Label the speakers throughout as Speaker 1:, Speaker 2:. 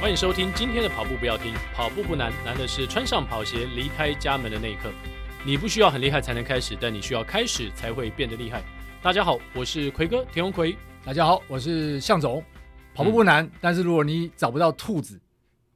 Speaker 1: 欢迎收听今天的跑步不要听，跑步不难，难的是穿上跑鞋离开家门的那一刻。你不需要很厉害才能开始，但你需要开始才会变得厉害。大家好，我是奎哥田宏奎
Speaker 2: 大家好，我是向总。跑步不难，但是如果你找不到兔子，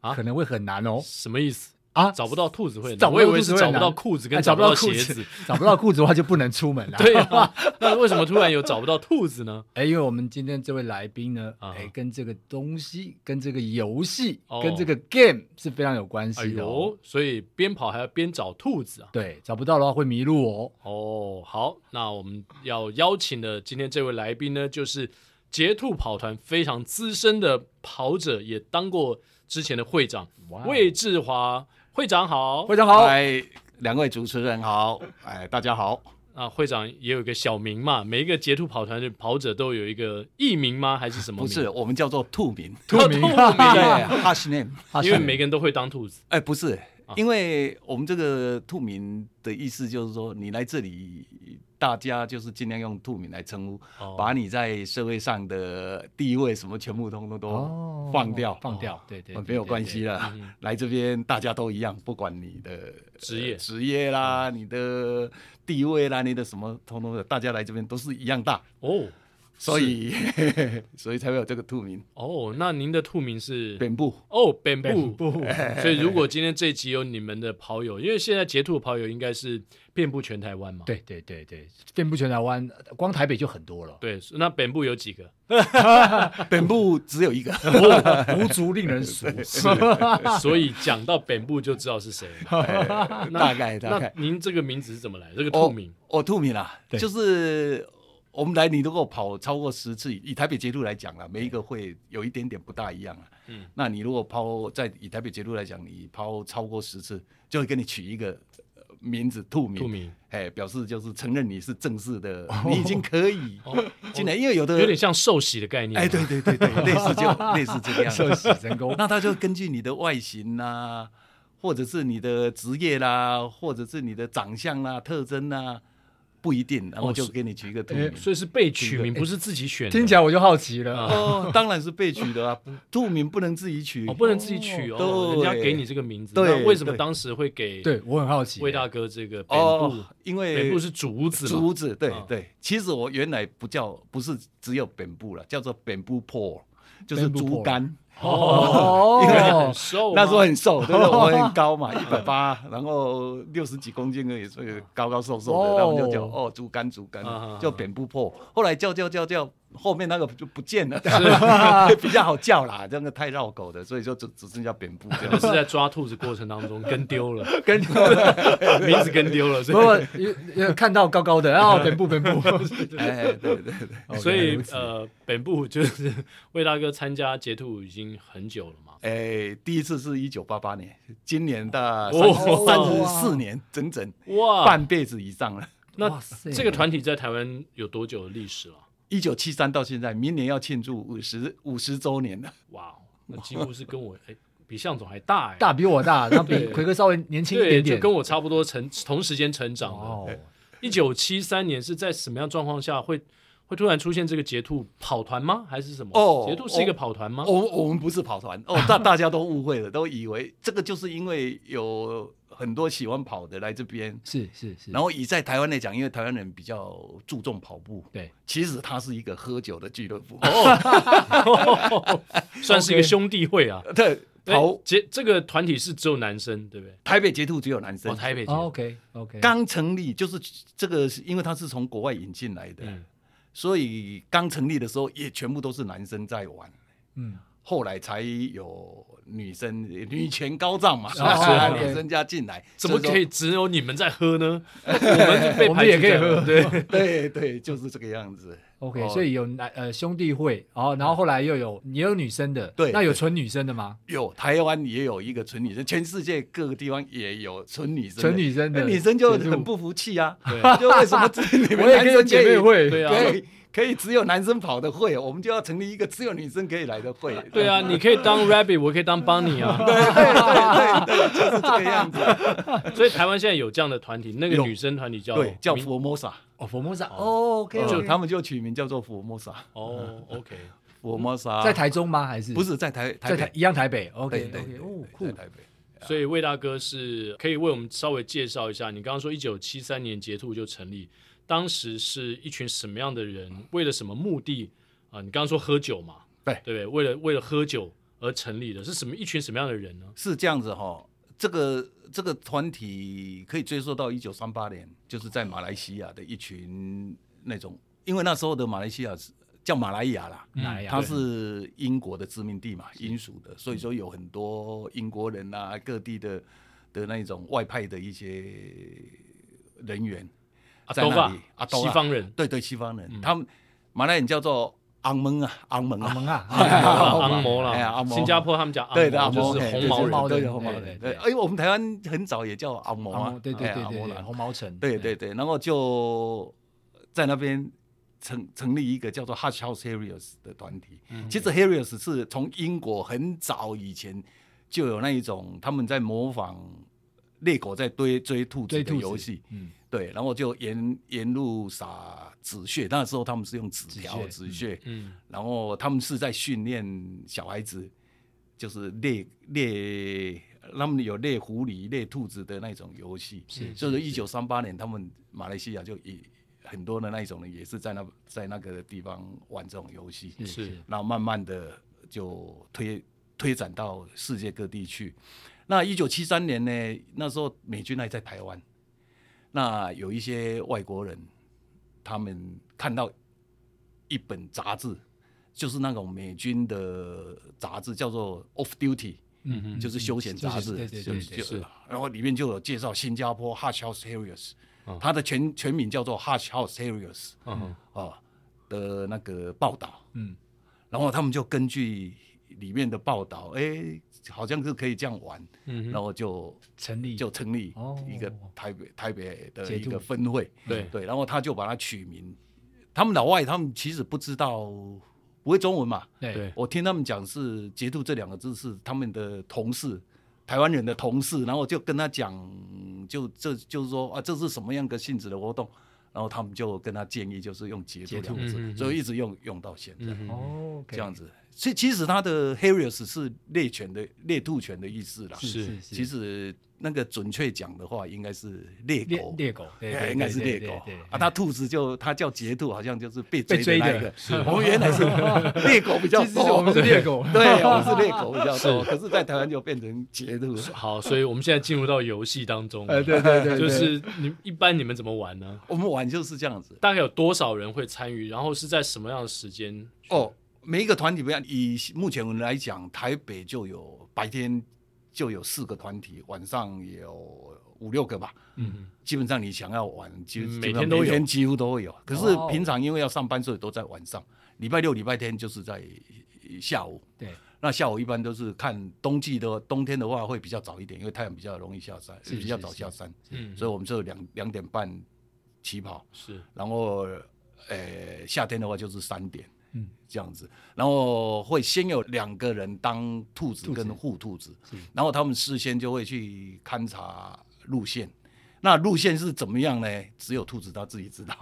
Speaker 1: 啊
Speaker 2: 可能会很难哦。
Speaker 1: 什么意思
Speaker 2: 啊，
Speaker 1: 找不到兔子会很难，
Speaker 2: 找不
Speaker 1: 我以
Speaker 2: 到
Speaker 1: 为
Speaker 2: 兔子
Speaker 1: 是
Speaker 2: 会
Speaker 1: 找
Speaker 2: 很
Speaker 1: 不
Speaker 2: 难
Speaker 1: 到裤子跟
Speaker 2: 哎
Speaker 1: 找
Speaker 2: 找
Speaker 1: 不
Speaker 2: 不
Speaker 1: 到
Speaker 2: 到
Speaker 1: 鞋
Speaker 2: 裤
Speaker 1: 子
Speaker 2: 子。，找不到裤子的话就不能出门啦。
Speaker 1: 对啊，那为什么突然有找不到兔子呢？
Speaker 2: 哎，因为我们今天这位来宾呢，
Speaker 1: 啊
Speaker 2: 哎，跟这个东西、跟这个游戏、
Speaker 1: 哦
Speaker 2: 跟这个 game 是非常有关
Speaker 1: 哎
Speaker 2: 系的、哦。
Speaker 1: 呦，所以边跑还要边找兔子啊。
Speaker 2: 对，找不到的话会迷路哦。
Speaker 1: 哦，好，那我们要邀请的今天这位来宾呢，就是捷兔跑团非常资深的跑者，也当过之前的会长
Speaker 2: 哇哦
Speaker 1: 魏志华会长 好。
Speaker 2: 会长好，
Speaker 3: 嗨，两位主持人好，哎，大家好。
Speaker 1: 啊，会长也有一个小名嘛，每一个捷兔跑团的跑者都有一个艺名吗？还是什么
Speaker 3: 不
Speaker 1: 名？
Speaker 3: 是，我们叫做兔民，
Speaker 2: 兔
Speaker 1: 啊
Speaker 2: 名
Speaker 1: 兔名
Speaker 3: 对，Hush name。
Speaker 2: 啊
Speaker 1: 因为
Speaker 2: 是
Speaker 1: 每个人都会当兔子。
Speaker 3: 哎，不是，因为我们这个兔民的意思就是说，你来这里，大家就是尽量用兔民来称呼，
Speaker 1: 哦
Speaker 3: 把你在社会上的地位什么全部通通
Speaker 2: 哦
Speaker 3: 都放掉，
Speaker 2: 放掉，对对，对
Speaker 3: 没有关
Speaker 2: 对
Speaker 3: 系。
Speaker 2: 对
Speaker 3: 啦。来这边大家都一样，不管你的
Speaker 1: 职业
Speaker 3: 呃职业啦、你的地位啦、你的什么，通通的，大家来这边都是一样大。
Speaker 1: 哦
Speaker 3: 所以 所以才会有这个兔名
Speaker 1: 哦，那您的兔名是
Speaker 3: 本部。
Speaker 1: 哦，本部
Speaker 2: 不，
Speaker 1: 所以如果今天这一集有你们的跑友，因为现在捷兔的跑友应该是遍布全台湾嘛。，
Speaker 2: 对对对对，遍布全台湾，光台北就很多了
Speaker 1: 对，那本部有几个？
Speaker 3: 本部只有一个，
Speaker 2: 无足令人数。是，
Speaker 1: 所以讲到本部就知道是谁了。
Speaker 3: 大概大
Speaker 1: 那
Speaker 3: 概。
Speaker 1: 您这个名字是怎么来？这个
Speaker 3: 哦
Speaker 1: 兔名
Speaker 3: 哦，兔名啦，
Speaker 2: 对
Speaker 3: 就是我们来，你如果跑超过十次，以台北捷路来讲啊啦，每一个会有一点点不大一样啊。
Speaker 1: 嗯
Speaker 3: 嗯，那你如果抛在以台北捷路来讲，你抛超过十次，就会给你取一个呃名字兔名。
Speaker 1: 兔名，
Speaker 3: 哎，表示就是承认你是正式的， 你已经可以
Speaker 1: 哦
Speaker 3: 进来，因为有的
Speaker 1: 有点像寿喜的概念。
Speaker 3: 呃哎，对，对对 对，类似就类似这个 样子。
Speaker 2: 社死 成功。
Speaker 3: 那他就根据你的外形啦、或者是你的职业啦，或者是你的长相啦、特征啦，不一定，然后就给你取一个兔名。
Speaker 1: 嗯所以哦是 被取名，不是自己选的。
Speaker 2: 听起来我就好奇了，
Speaker 3: 哦，当然是被取的啊，兔名不能自己取
Speaker 1: 哦，，不能自己取哦，
Speaker 3: 哦
Speaker 1: 人
Speaker 3: 对
Speaker 1: 家给你这个名字。
Speaker 3: 对
Speaker 1: 那为什么
Speaker 3: 对
Speaker 1: 当时会给
Speaker 2: 对我很好奇。
Speaker 1: 魏大哥这个本部
Speaker 3: 哦？，因
Speaker 1: 本
Speaker 3: 为
Speaker 1: 部是竹子嘛
Speaker 3: 竹子，对
Speaker 1: 啊
Speaker 3: 对。其实我原来不叫，不是只有本部了，叫做本部破，就是
Speaker 2: 本部破
Speaker 3: 竹竿。
Speaker 2: 哦
Speaker 1: 因为很瘦吗，
Speaker 3: 那时候很瘦，对不对？我很 高嘛，一百八，然后六十几公斤而已，所以高高瘦瘦
Speaker 2: 哦
Speaker 3: 的，他们就叫哦竹竿竹竿
Speaker 1: 啊，
Speaker 3: 叫扁不破。后来叫叫叫叫，后面那个就不见了， 比较好叫啦，这个太绕口的，所以就只只剩下扁布这
Speaker 1: 那
Speaker 3: 样
Speaker 1: 是
Speaker 3: 子。
Speaker 1: 在抓兔子过程当中跟丢了，
Speaker 2: 跟
Speaker 1: 名字跟丢了，
Speaker 2: 不
Speaker 1: 所以
Speaker 2: 过也也看到高高的，哦，本部本部，
Speaker 3: 哎，对对对，
Speaker 2: 哦
Speaker 1: 所
Speaker 2: 原来
Speaker 1: 以
Speaker 2: 如此
Speaker 1: 呃，本部 就是魏大哥参加捷兔已经很久了嘛，
Speaker 3: 哎，第一次是一九八八年，今年的
Speaker 1: 哦
Speaker 3: 三十四年，整整
Speaker 1: 哇，
Speaker 3: 半辈子以上了。
Speaker 1: 那
Speaker 2: 哇塞
Speaker 1: 这个团体在台湾有多久的历史啊了？
Speaker 3: 一九七三到现在，明年要庆祝五十五十周年了。
Speaker 1: 哇，那几乎是跟我哎比向总还大哎，
Speaker 2: 大比我大，然后比
Speaker 1: 对
Speaker 2: 奎哥稍微年轻一
Speaker 1: 对，
Speaker 2: 点
Speaker 1: 就
Speaker 2: 点，
Speaker 1: 跟我差不多成同时间成长
Speaker 2: 哦
Speaker 1: 的。，一九七三年是在什么样状况下会会突然出现这个捷兔跑团吗？还是什么？
Speaker 3: 哦
Speaker 1: 捷兔是一个跑团吗？
Speaker 3: 我我们不是跑团哦，大大家都误会了，都以为这个就是因为有很多喜欢跑的来这边，
Speaker 2: 是是是，
Speaker 3: 然后以在台湾来讲，因为台湾人比较注重跑步，
Speaker 2: 对，
Speaker 3: 其实它是一个喝酒的俱乐 部。 哦
Speaker 1: 算是一个兄弟会啊。
Speaker 3: 对，跑
Speaker 1: 哎捷这个团体是只有男生，对不对？
Speaker 3: 台北捷兔只有男
Speaker 1: 哦，
Speaker 3: 生，
Speaker 1: 台北捷兔
Speaker 2: OK OK，
Speaker 3: 刚成立就是这个，因为它是从国外引进来的，
Speaker 1: 嗯
Speaker 3: 所以刚成立的时候也全部都是男生在玩。
Speaker 2: 嗯，
Speaker 3: 后来才有女生女权高涨嘛，
Speaker 2: 啊
Speaker 3: 女生家进来，
Speaker 1: 怎么
Speaker 3: 所以说
Speaker 1: 可以只有你们在喝呢？我们是被
Speaker 2: 我
Speaker 1: 排
Speaker 2: 们
Speaker 1: 挤
Speaker 2: 也可以
Speaker 1: 在
Speaker 2: 喝
Speaker 1: 外，对，
Speaker 3: 对对，就是这个样子。
Speaker 2: OK，
Speaker 3: 哦
Speaker 2: 所以有男呃兄弟会，然后然后后来又有也有女生的，
Speaker 3: 对
Speaker 2: 那有纯女生的吗？
Speaker 3: 有台湾也有一个纯女生，全世界各个地方也有纯女生的。
Speaker 2: 纯女生的
Speaker 3: 那哎女生就
Speaker 2: 节目
Speaker 3: 很不服气啊
Speaker 1: 对，
Speaker 3: 就为什么只 你们
Speaker 2: 我也可
Speaker 3: 男
Speaker 2: 以有
Speaker 3: 生
Speaker 2: 姐妹会，
Speaker 1: 对啊
Speaker 3: 可以可以只有男生跑的会，我们就要成立一个只有女生可以来的 会。
Speaker 1: 对啊，你可以当 Rabbit，我可以当 Bunny 啊。
Speaker 3: 对对对对，就是这个样子。
Speaker 1: 所以台湾现在有这样的团体，那个
Speaker 3: 有
Speaker 1: 女生团体叫
Speaker 3: 对，叫
Speaker 1: 民
Speaker 3: 佛摩萨，
Speaker 2: 哦，佛摩萨，
Speaker 1: 哦
Speaker 2: 哦，OK，
Speaker 3: 就
Speaker 2: OK
Speaker 3: 他们就取名叫做佛摩萨。
Speaker 1: 哦，OK，
Speaker 3: 佛摩萨，
Speaker 2: 在台中吗？还是
Speaker 3: 啊不是在台台
Speaker 2: 在
Speaker 3: 北
Speaker 2: 台一样台北
Speaker 3: 对
Speaker 2: ？OK
Speaker 3: 对
Speaker 2: OK，
Speaker 3: 对
Speaker 2: 哦
Speaker 3: 对，
Speaker 2: 酷
Speaker 3: 在，台北
Speaker 1: 所以魏大哥是可以为我们稍微介绍一下，你刚刚说一九七三年捷兔就成立，当时是一群什么样的人，为了什么目的啊、你刚刚说喝酒嘛，
Speaker 3: 对
Speaker 1: 对不对？为了为了喝酒而成立的，是什么一群什么样的人呢？
Speaker 3: 是这样子哈。这个这个团体可以追溯到一九三八年，就是在马来西亚的一群那种，因为那时候的马来西亚是叫马来亚啦，
Speaker 1: 马来亚
Speaker 3: 它
Speaker 1: 人
Speaker 3: 嗯是英国的殖民地嘛，英属的，所以说有很多英国人啊，各地的的那种外派的一些人员
Speaker 1: 阿
Speaker 3: 在
Speaker 1: 多
Speaker 3: 那
Speaker 1: 巴
Speaker 3: 里，阿多
Speaker 1: 西
Speaker 3: 啊
Speaker 1: 方人，
Speaker 3: 对对，西方人，他们马来人叫做昂蒙啊，昂蒙
Speaker 2: 阿
Speaker 3: 啊，
Speaker 2: 蒙啊，
Speaker 1: 昂摩
Speaker 3: 哎呀
Speaker 1: 啦，
Speaker 3: 昂摩
Speaker 1: 新加坡他们讲昂
Speaker 3: 对的，
Speaker 1: 摩
Speaker 3: 昂
Speaker 1: 就
Speaker 3: 蒙
Speaker 1: 是
Speaker 3: 嘿
Speaker 1: 红
Speaker 3: 对
Speaker 1: 毛人，
Speaker 2: 毛人
Speaker 3: 对红毛
Speaker 2: 对
Speaker 3: 人，
Speaker 2: 对
Speaker 3: 对，哎，我们台湾很早也叫昂蒙
Speaker 2: 阿
Speaker 3: 啊
Speaker 2: 蒙，，对对
Speaker 3: 哎
Speaker 2: 对
Speaker 3: 昂
Speaker 2: 对
Speaker 3: 蒙
Speaker 2: 对，
Speaker 3: 人
Speaker 2: 红毛城，
Speaker 3: 对对对，然后就在那边成成立一个叫做 Hush House Harriers 的团体。
Speaker 2: 嗯
Speaker 3: 其实 Harriers 是从英国很早以前就有那一种他们在模仿猎狗在追追兔子
Speaker 2: 追
Speaker 3: 的
Speaker 2: 兔子
Speaker 3: 游戏，
Speaker 2: 嗯，
Speaker 3: 对，然后就沿沿路撒纸屑，那时候他们是用纸条
Speaker 2: 纸屑
Speaker 3: 纸屑，
Speaker 1: 嗯，
Speaker 3: 然后他们是在训练小孩子，就是猎猎，他们有猎狐狸、猎兔子的那种游戏。
Speaker 1: 是
Speaker 3: 所以说一九三八年他们马来西亚就也很多的那一种人也是在那在那个地方玩这种游戏，
Speaker 1: 嗯是是
Speaker 3: 然后慢慢的就推推展到世界各地去。那一九七三年呢，那时候美军还在台湾，那有一些外国人，他们看到一本杂志，就是那种美军的杂志，叫做《Off Duty》。
Speaker 1: 嗯嗯，
Speaker 3: 就是休闲杂
Speaker 2: 休
Speaker 3: 志，
Speaker 2: 闲对对对
Speaker 3: 就
Speaker 1: 对，
Speaker 3: 就是然后里面就有介绍新加坡 Hush House Harriers，、
Speaker 1: 嗯
Speaker 3: 它的全全名叫做 Hush House Harriers
Speaker 1: 嗯
Speaker 3: 啊的那个报道，
Speaker 2: 嗯，
Speaker 3: 然后他们就根据里面的报道，哎，好像是可以这样玩，
Speaker 1: 嗯
Speaker 3: 然后就
Speaker 2: 成立
Speaker 3: 就成立
Speaker 2: 哦
Speaker 3: 一个台北、台北的
Speaker 2: 解
Speaker 3: 一
Speaker 2: 读
Speaker 3: 个分会，
Speaker 1: 对
Speaker 3: 对，然后他就把它取名，他们老外他们其实不知道不会中文嘛，
Speaker 1: 对
Speaker 2: 对，
Speaker 3: 我听他们讲是“截图”这两个字是他们的同事，台湾人的同事，然后我就跟他讲，就这就是说啊，这是什么样个性质的活动，然后他们就跟他建议就是用“截图”
Speaker 2: 截图
Speaker 3: 两个字，
Speaker 1: 嗯嗯嗯
Speaker 3: 所以一直用用到现在、
Speaker 1: 嗯哼，
Speaker 2: 哦，
Speaker 3: 这样子。所以其实它的 “Harriers” 是猎犬的猎兔犬的意思啦。
Speaker 1: 是
Speaker 2: 实
Speaker 3: 其实那个准确讲的话，应该是猎
Speaker 2: 猎
Speaker 3: 狗。
Speaker 2: 猎狗，对
Speaker 3: 哎
Speaker 2: 对
Speaker 3: 应该是
Speaker 2: 对
Speaker 3: 猎
Speaker 2: 对
Speaker 3: 狗
Speaker 2: 对对
Speaker 3: 啊，它兔子就它叫捷兔，好像就是被
Speaker 2: 被
Speaker 3: 追的
Speaker 2: 追
Speaker 3: 那一
Speaker 2: 的
Speaker 3: 个。 我们 原来是猎狗比较
Speaker 2: 其实我
Speaker 3: 多，
Speaker 2: 们是猎狗，
Speaker 3: 对，我们是 猎狗比较
Speaker 1: 是
Speaker 3: 多，可是，在台湾就变成捷兔。
Speaker 1: 好，所以我们现在进入到游戏当中，
Speaker 2: 呃，对对对，对
Speaker 1: 就是你一般你们怎么玩呢？
Speaker 3: 我们玩就是这样子
Speaker 1: 大概有多少人会参与？然后是在什么样的时间？
Speaker 3: 哦。每一个团体不一样，以目前我们来讲，台北就有白天就有四个团体，晚上也有五六个吧。
Speaker 1: 嗯，
Speaker 3: 基本上你想要玩，基
Speaker 1: 嗯
Speaker 3: 基本
Speaker 1: 每
Speaker 3: 上
Speaker 1: 天都有
Speaker 3: 每天几乎都会有。可是
Speaker 2: 哦
Speaker 3: 平常因为要上班，所以都在晚上。礼拜六、礼拜天就是在下午。
Speaker 2: 对，
Speaker 3: 那下午一般都是看冬季的，冬天的话会比较早一点，因为太阳比较容易下山，
Speaker 2: 是
Speaker 3: 比较
Speaker 2: 是
Speaker 3: 早
Speaker 2: 是
Speaker 3: 下山，
Speaker 1: 嗯
Speaker 3: 所以我们就两两点半起跑。
Speaker 1: 是
Speaker 3: 然后呃夏天的话就是三点，
Speaker 2: 嗯
Speaker 3: 嗯，这样子，然后会先有两个人当兔子
Speaker 2: 兔子
Speaker 3: 跟护兔子
Speaker 2: 是，
Speaker 3: 然后他们事先就会去勘察路线。那路线是怎么样呢？只有兔子它自己知 道。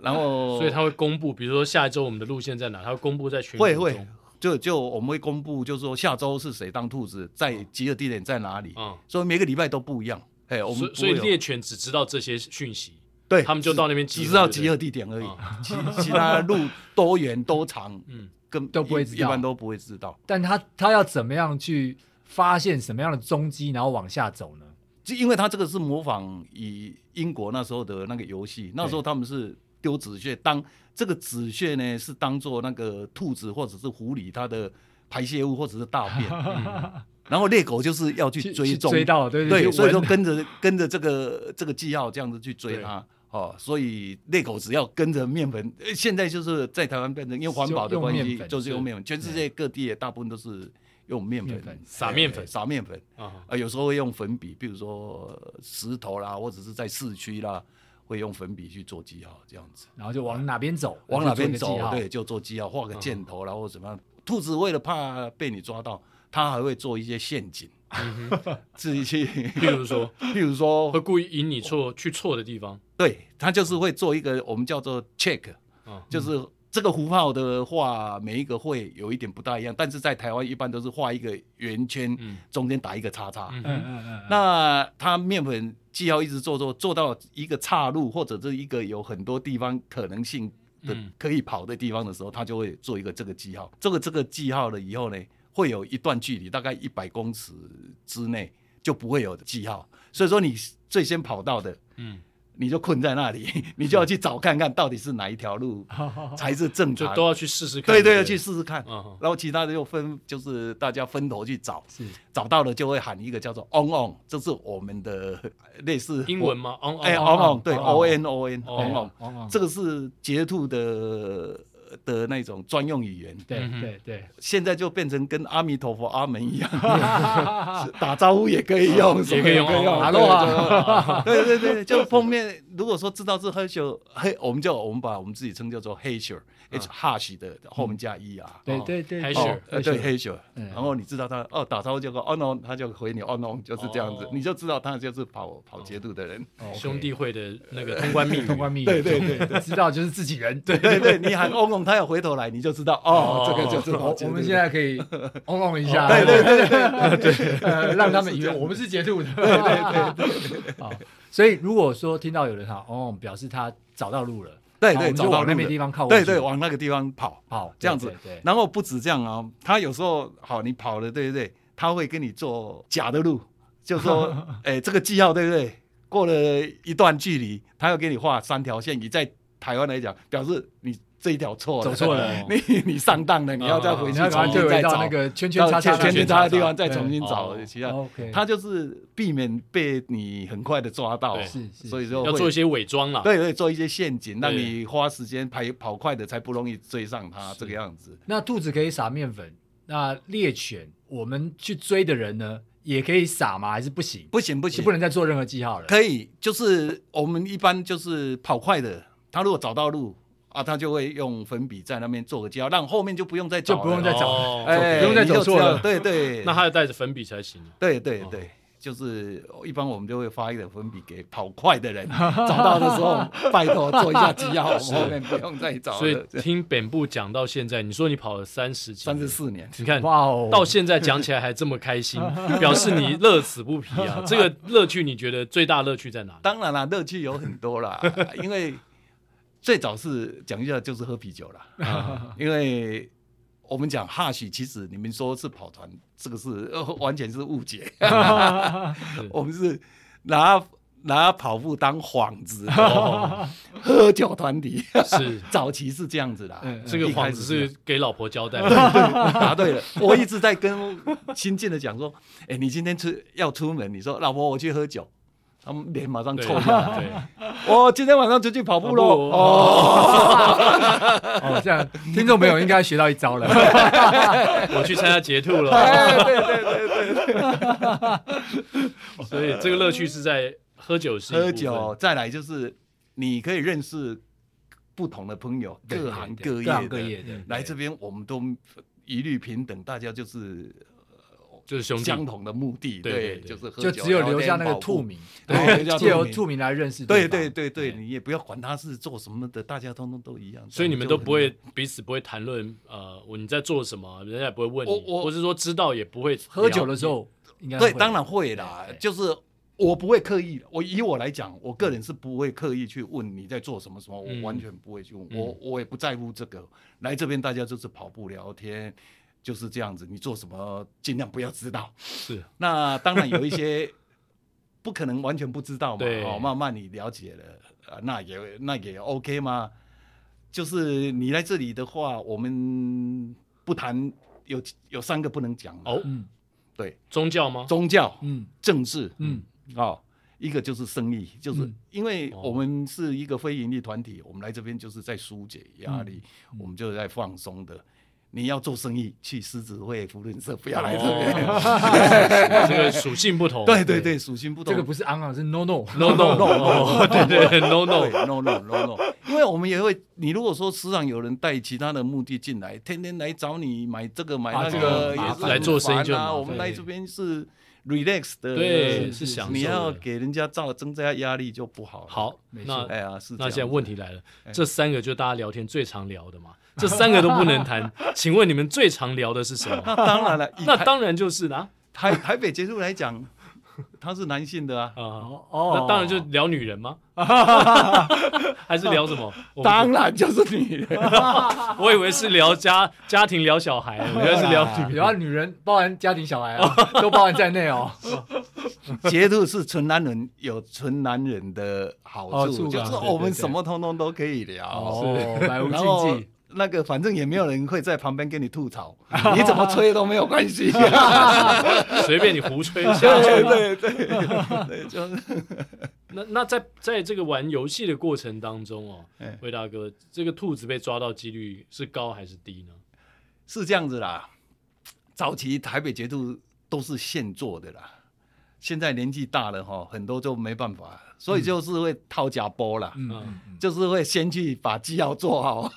Speaker 3: 然后，
Speaker 1: 所以他会公布，比如说下一周我们的路线在哪，他会公布在群组
Speaker 3: 会
Speaker 1: 中
Speaker 3: 会，就就我们会公布，就是说下周是谁当兔子，在
Speaker 1: 哦
Speaker 3: 集合地点在哪里，
Speaker 1: 嗯，
Speaker 3: 所以每个礼拜都不一样。哎，我们
Speaker 1: 所以
Speaker 3: 不
Speaker 1: 所
Speaker 3: 会
Speaker 1: 以
Speaker 3: 有
Speaker 1: 猎犬只知道这些讯息，
Speaker 3: 对
Speaker 1: 他们就到那边集合
Speaker 3: 只知道
Speaker 1: 对不对
Speaker 3: 集合地点而已， 其其他路多远多长，
Speaker 1: 嗯
Speaker 3: 嗯，根
Speaker 2: 都不会
Speaker 3: 一
Speaker 2: 知道
Speaker 3: 一般都不会知道，
Speaker 2: 但他他要怎么样去发现什么样的踪迹，然后往下走呢？
Speaker 3: 就因为他这个是模仿以英国那时候的那个游戏，那时候他们是丢纸屑，当这个纸屑呢是当做那个兔子或者是狐狸它的排泄物或者是大 便，然后猎狗就是要去追踪，
Speaker 2: 追到，对
Speaker 3: 对，
Speaker 2: 对，
Speaker 3: 所以
Speaker 2: 就
Speaker 3: 说
Speaker 2: 闻
Speaker 3: 跟着跟着这个这个记号这样子去追它。哦，所以猎狗只要跟着面粉，呃现在就是在台湾变成因为环保的
Speaker 2: 用
Speaker 3: 关
Speaker 2: 用
Speaker 3: 系
Speaker 2: 面，粉
Speaker 3: 就是用
Speaker 2: 是
Speaker 3: 面粉，全世界各地也大部分都是用面
Speaker 2: 面粉
Speaker 3: 粉
Speaker 1: 撒面粉
Speaker 3: 呃撒面粉，
Speaker 1: 啊，
Speaker 3: 啊，有时候会用粉笔，比如说呃石头啦，或者是在市区啦，会用粉笔去做记号这样子。
Speaker 2: 然后就往哪边走，
Speaker 3: 往哪边
Speaker 2: 就呃做一
Speaker 3: 走
Speaker 2: 个记，号
Speaker 3: 对，就做记号，画个箭头啦，或者怎么样。兔子为了怕被你抓到，它还会做一些陷阱， 自己去，
Speaker 1: 比如说
Speaker 3: 譬如说
Speaker 1: 会故意引你错去错的地方，
Speaker 3: 对，他就是会做一个我们叫做 check，、
Speaker 1: 嗯
Speaker 3: 就是这个符号的话，每一个会有一点不大一样，但是在台湾一般都是画一个圆圈，
Speaker 1: 嗯
Speaker 3: 中间打一个叉叉。
Speaker 1: 嗯
Speaker 2: 嗯嗯嗯，
Speaker 3: 那它面粉记号一直做做做到一个岔路，或者是一个有很多地方可能性的
Speaker 1: 嗯
Speaker 3: 可以跑的地方的时候，它就会做一个这个记号。做个这个记号了以后呢，会有一段距离，大概一百公尺之内就不会有记号。所以说你最先跑到的，
Speaker 1: 嗯，
Speaker 3: 你就困在那里， 你就要去找看看到底是哪一条路
Speaker 2: 好好好，
Speaker 3: 才是正
Speaker 1: 就
Speaker 3: 常。
Speaker 1: 都要去试试看。
Speaker 3: 啊对对，
Speaker 1: 不
Speaker 3: 要去试试看。
Speaker 1: 嗯哼
Speaker 3: 然后其他的又分，就是大家分头去找。
Speaker 2: 是
Speaker 3: 找到了就会喊一个叫做 on on，这是我们的呃类似
Speaker 1: 英文？吗？on 哦
Speaker 3: 哎
Speaker 1: on
Speaker 3: on on 对
Speaker 2: on-
Speaker 3: o n o
Speaker 1: 哦
Speaker 3: n on on，
Speaker 2: 往往
Speaker 3: 这个是捷兔的的那种专用语言，
Speaker 2: 对
Speaker 1: 嗯哼
Speaker 2: 对对，
Speaker 3: 现在就变成跟阿弥陀佛阿门一样，
Speaker 2: 哈
Speaker 3: 是 打招呼也可以用，什么
Speaker 1: 也可以用 on
Speaker 2: 哈
Speaker 1: on
Speaker 3: 对
Speaker 2: Hello 啊，
Speaker 3: 对对对，就封面如果说知道是 h e s h e 嘿，我们就我们把我们自己称叫做 h e s h e h hush 的后面加 e r。
Speaker 2: 对对对，
Speaker 1: 还
Speaker 2: 对
Speaker 1: 是
Speaker 3: 哦，呃对，
Speaker 2: 对
Speaker 3: 黑熊，
Speaker 2: 嗯
Speaker 3: 然后你知道他哦，打招呼结果哦 no，他就回你哦 no，就是这样子
Speaker 1: 哦，
Speaker 3: 你就知道他就是跑跑节度的人。
Speaker 2: 哦，OK
Speaker 1: 兄弟会的那个通 关密语
Speaker 2: 通关密语，
Speaker 3: 对对对
Speaker 2: 对，知道就是自己人， 对
Speaker 3: 对对，你喊哦 no，他要回头来，你就知道哦，这个就是跑
Speaker 2: 我
Speaker 3: 节
Speaker 2: 我
Speaker 3: 度的
Speaker 2: 们现在可以 嗡嗡一下，
Speaker 3: 哦对对对
Speaker 2: 对对，让他们以 为我们是截图的，对对对。 好，所以如果说听到有人哈嗡嗡，表示他找到路了，
Speaker 3: 对
Speaker 2: 好我
Speaker 3: 对，
Speaker 2: 们就
Speaker 3: 找到
Speaker 2: 往
Speaker 3: 路
Speaker 2: 那边
Speaker 3: 了
Speaker 2: 地方靠过
Speaker 3: 对
Speaker 2: 去
Speaker 3: 对，往那个地方跑。
Speaker 2: 好，
Speaker 3: 这样子
Speaker 2: 对对对
Speaker 3: 然后不止这样啊，他有时候好，你跑了，对不对？他会跟你做假的路，就说，哎，这个记号对不对？过了一段距离，他要给你画三条线。你在台湾来讲，表示你这一条错了，
Speaker 2: 走错了
Speaker 3: 你你上当了，你要再
Speaker 1: 哦
Speaker 3: 回
Speaker 2: 你
Speaker 3: 去
Speaker 2: 要赶
Speaker 3: 重
Speaker 2: 快
Speaker 3: 新
Speaker 2: 退
Speaker 3: 再
Speaker 2: 回到
Speaker 3: 找
Speaker 2: 那个圈圈叉叉
Speaker 3: 圈圈
Speaker 1: 叉
Speaker 3: 叉
Speaker 1: 叉
Speaker 3: 的地方再重新
Speaker 1: 对
Speaker 3: 找
Speaker 1: 哦
Speaker 3: 其他。
Speaker 2: OK，
Speaker 3: 他就是避免被你很快的抓到
Speaker 1: 对，
Speaker 2: 是是
Speaker 3: 所以说
Speaker 1: 要
Speaker 3: 会
Speaker 1: 做一些伪装啦。
Speaker 3: 对对做一些陷阱，让
Speaker 1: 对
Speaker 3: 你花时间跑跑快的才不容易追上他这个样子。
Speaker 2: 那兔子可以撒面粉，那猎犬我们去追的人呢，也可以撒吗？还是不行？
Speaker 3: 不行不
Speaker 2: 是
Speaker 3: 行，
Speaker 2: 不能再做任何记号了。
Speaker 3: 可以，就是我们一般就是跑快的，他如果找到路啊，他就会用粉笔在那边做个记号，让后面就不用再找了，
Speaker 2: 就不用再找
Speaker 1: 哦
Speaker 3: 哎，
Speaker 2: 不用再走错了哦
Speaker 3: 你就知道对对，
Speaker 1: 那他要带着粉笔才行。啊
Speaker 3: 对对对。就是一般我们就会发一个粉笔给跑快 的人，找到的时候拜托做一下记号，我们后面不用再找
Speaker 1: 所以
Speaker 3: 了。这样
Speaker 1: 听本部讲到现在，你说你跑了三十几，
Speaker 3: 三十，四年，
Speaker 1: 你看
Speaker 2: 哇哦，
Speaker 1: 到 现在讲起来还这么开 心，表示你乐此不疲啊！这个乐趣你觉得最大乐趣在哪里？
Speaker 3: 当然啦，乐趣有很 多啦，因为最早是讲一下就是喝啤酒啦， 啊，因为我们讲哈许，其实你们说是跑团，这个是、呃完全是误解，
Speaker 2: 哦
Speaker 3: 我们是拿拿跑步当 幌子，哦、喝酒团体，
Speaker 1: 是
Speaker 3: 早期是这样子啦，
Speaker 2: 嗯嗯
Speaker 1: 这个
Speaker 3: 一开
Speaker 1: 幌
Speaker 3: 始
Speaker 1: 子
Speaker 3: 这 样
Speaker 1: 是给老婆交代的，
Speaker 3: 答对了，我一直在跟新进的讲说， 哎、你今天出要出门，你说老婆我去喝酒，他们脸马上
Speaker 1: 对
Speaker 3: 臭下 来。
Speaker 1: 对，
Speaker 3: 我今天晚上出去跑步喽。
Speaker 1: 跑步
Speaker 3: 哦，
Speaker 2: 哦，这样听众朋友应该学到一招了。
Speaker 1: 我去参加捷兔 了，
Speaker 3: 哎，对对对对，
Speaker 1: 所以这个乐趣是在喝酒是一部
Speaker 3: 喝
Speaker 1: 分
Speaker 3: 酒，再来就是你可以认识不同的朋友，
Speaker 2: 对
Speaker 3: 各行各业
Speaker 2: 各行
Speaker 3: 的
Speaker 2: 各业的
Speaker 3: 来这边，我们都一律平等，大家就是
Speaker 1: 就是兄弟，
Speaker 3: 相同的目的，
Speaker 1: 对对
Speaker 3: 对，
Speaker 1: 对
Speaker 3: 就是喝
Speaker 2: 就
Speaker 3: 酒，
Speaker 2: 只有留下那
Speaker 3: 聊
Speaker 2: 个
Speaker 3: 天
Speaker 2: 兔。名，
Speaker 3: 对
Speaker 2: 然后
Speaker 3: 留下
Speaker 2: 借由
Speaker 3: 兔名
Speaker 2: 兔名来认识
Speaker 3: 跑步对
Speaker 2: 方
Speaker 3: 对对对，
Speaker 2: 对
Speaker 3: 你也不要管他是做什么的，大家通通都一样。
Speaker 1: 所以你们都
Speaker 3: 这样就
Speaker 1: 不会彼此不会谈论呃我你在做什么，人家也不会问你
Speaker 3: 我，我
Speaker 1: 或是说知道也不会
Speaker 2: 喝酒的时
Speaker 1: 候
Speaker 2: 候应该
Speaker 3: 很对，
Speaker 2: 会
Speaker 3: 当然会啦
Speaker 2: 对对，
Speaker 3: 就是。我不会刻意，我以我来讲，我个人是不会刻意去问你在做什么什么，
Speaker 1: 嗯
Speaker 3: 我完全不会去问，
Speaker 1: 嗯
Speaker 3: 我我也不在乎这个。来这边大家就是跑步聊天，就是这样子。你做什么尽量不要知道。
Speaker 1: 是
Speaker 3: 那当然有一些不可能完全不知道嘛，
Speaker 1: 对
Speaker 3: 哦，慢慢你了解了，呃，那也那也 OK 吗？就是你来这里的话，我们不谈有有三个不能讲嘛
Speaker 1: 哦，
Speaker 2: 嗯
Speaker 3: 对，
Speaker 1: 宗教吗？
Speaker 3: 宗教、
Speaker 2: 嗯
Speaker 3: 政治，
Speaker 2: 嗯
Speaker 3: 哦，一个就是生意，就是
Speaker 2: 嗯
Speaker 3: 因为
Speaker 1: 哦
Speaker 3: 我们是一个非盈利团体，我们来这边就是在疏解压力，
Speaker 1: 嗯
Speaker 3: 我们就是在放松的。你要做生意，去狮子会、福伦社，不要来这边。
Speaker 1: 哦这个属性不同，
Speaker 3: 对对 对，属性不同，
Speaker 2: 这个不是昂昂是 no no，
Speaker 1: ，no no no no，对哦对 no no，
Speaker 3: 对 no no no no，因为我们也会，你如果说市场有人带其他的目的进来，天天来找你买这个买
Speaker 2: 啊
Speaker 3: 那
Speaker 2: 这
Speaker 1: 个
Speaker 3: 个，
Speaker 2: 麻
Speaker 3: 也
Speaker 2: 烦
Speaker 3: 是
Speaker 1: 来做生意
Speaker 3: 很
Speaker 1: 就很
Speaker 3: 烦
Speaker 1: 麻
Speaker 3: 啊。
Speaker 1: 烦
Speaker 3: 我们来这边是 relax 的，
Speaker 1: 对，是
Speaker 2: 是是
Speaker 1: 享受的。
Speaker 3: 你要给人家造增加压力就不好。，
Speaker 1: 好，
Speaker 2: 没
Speaker 1: 那
Speaker 2: 错
Speaker 3: 哎呀，是这
Speaker 1: 那
Speaker 3: 样
Speaker 1: 现在问题来了，
Speaker 3: 哎
Speaker 1: 这三个就是大家聊天最常聊的嘛，这三个都不能 谈。请问你们最常聊的是什么？
Speaker 3: 那当然了，以
Speaker 1: 那
Speaker 3: 台
Speaker 1: 当然就是啦，
Speaker 3: 台台北结束来讲，他是男性的啊，
Speaker 1: 啊，
Speaker 2: 哦
Speaker 1: 那当然就聊女人 吗？还是聊什么？我不
Speaker 3: 当然就是女人。
Speaker 1: 我以为是聊家家庭、聊小 孩，我
Speaker 2: 主
Speaker 1: 原来是聊女
Speaker 2: 主要啊女人，包含家庭小孩啊，都包含在内哦。
Speaker 3: 结束是纯男人有纯男人的好
Speaker 2: 好处
Speaker 3: 处，
Speaker 2: 啊
Speaker 3: 就是
Speaker 2: 对对
Speaker 3: 我们
Speaker 2: 对
Speaker 3: 什么通通都可以聊。
Speaker 2: 哦，百无
Speaker 3: 然后
Speaker 2: 禁忌。
Speaker 3: 那个反正也没有人会在旁边跟你吐槽，你怎么吹都没有关系。
Speaker 1: 随便你胡吹一下。
Speaker 3: 啊 对对对，对就是
Speaker 1: 那那在在这个玩游戏的过程当中哦
Speaker 3: 哎，
Speaker 1: 魏大哥，这个兔子被抓到几率是高还是低呢？
Speaker 3: 是这样子啦。早期台北捷度都是现做的啦，现在年纪大了哈，很多就没办法，所以就是会掏假包啦，
Speaker 2: 嗯
Speaker 1: 嗯
Speaker 2: 嗯嗯。
Speaker 3: 就是会先去把绩效做好。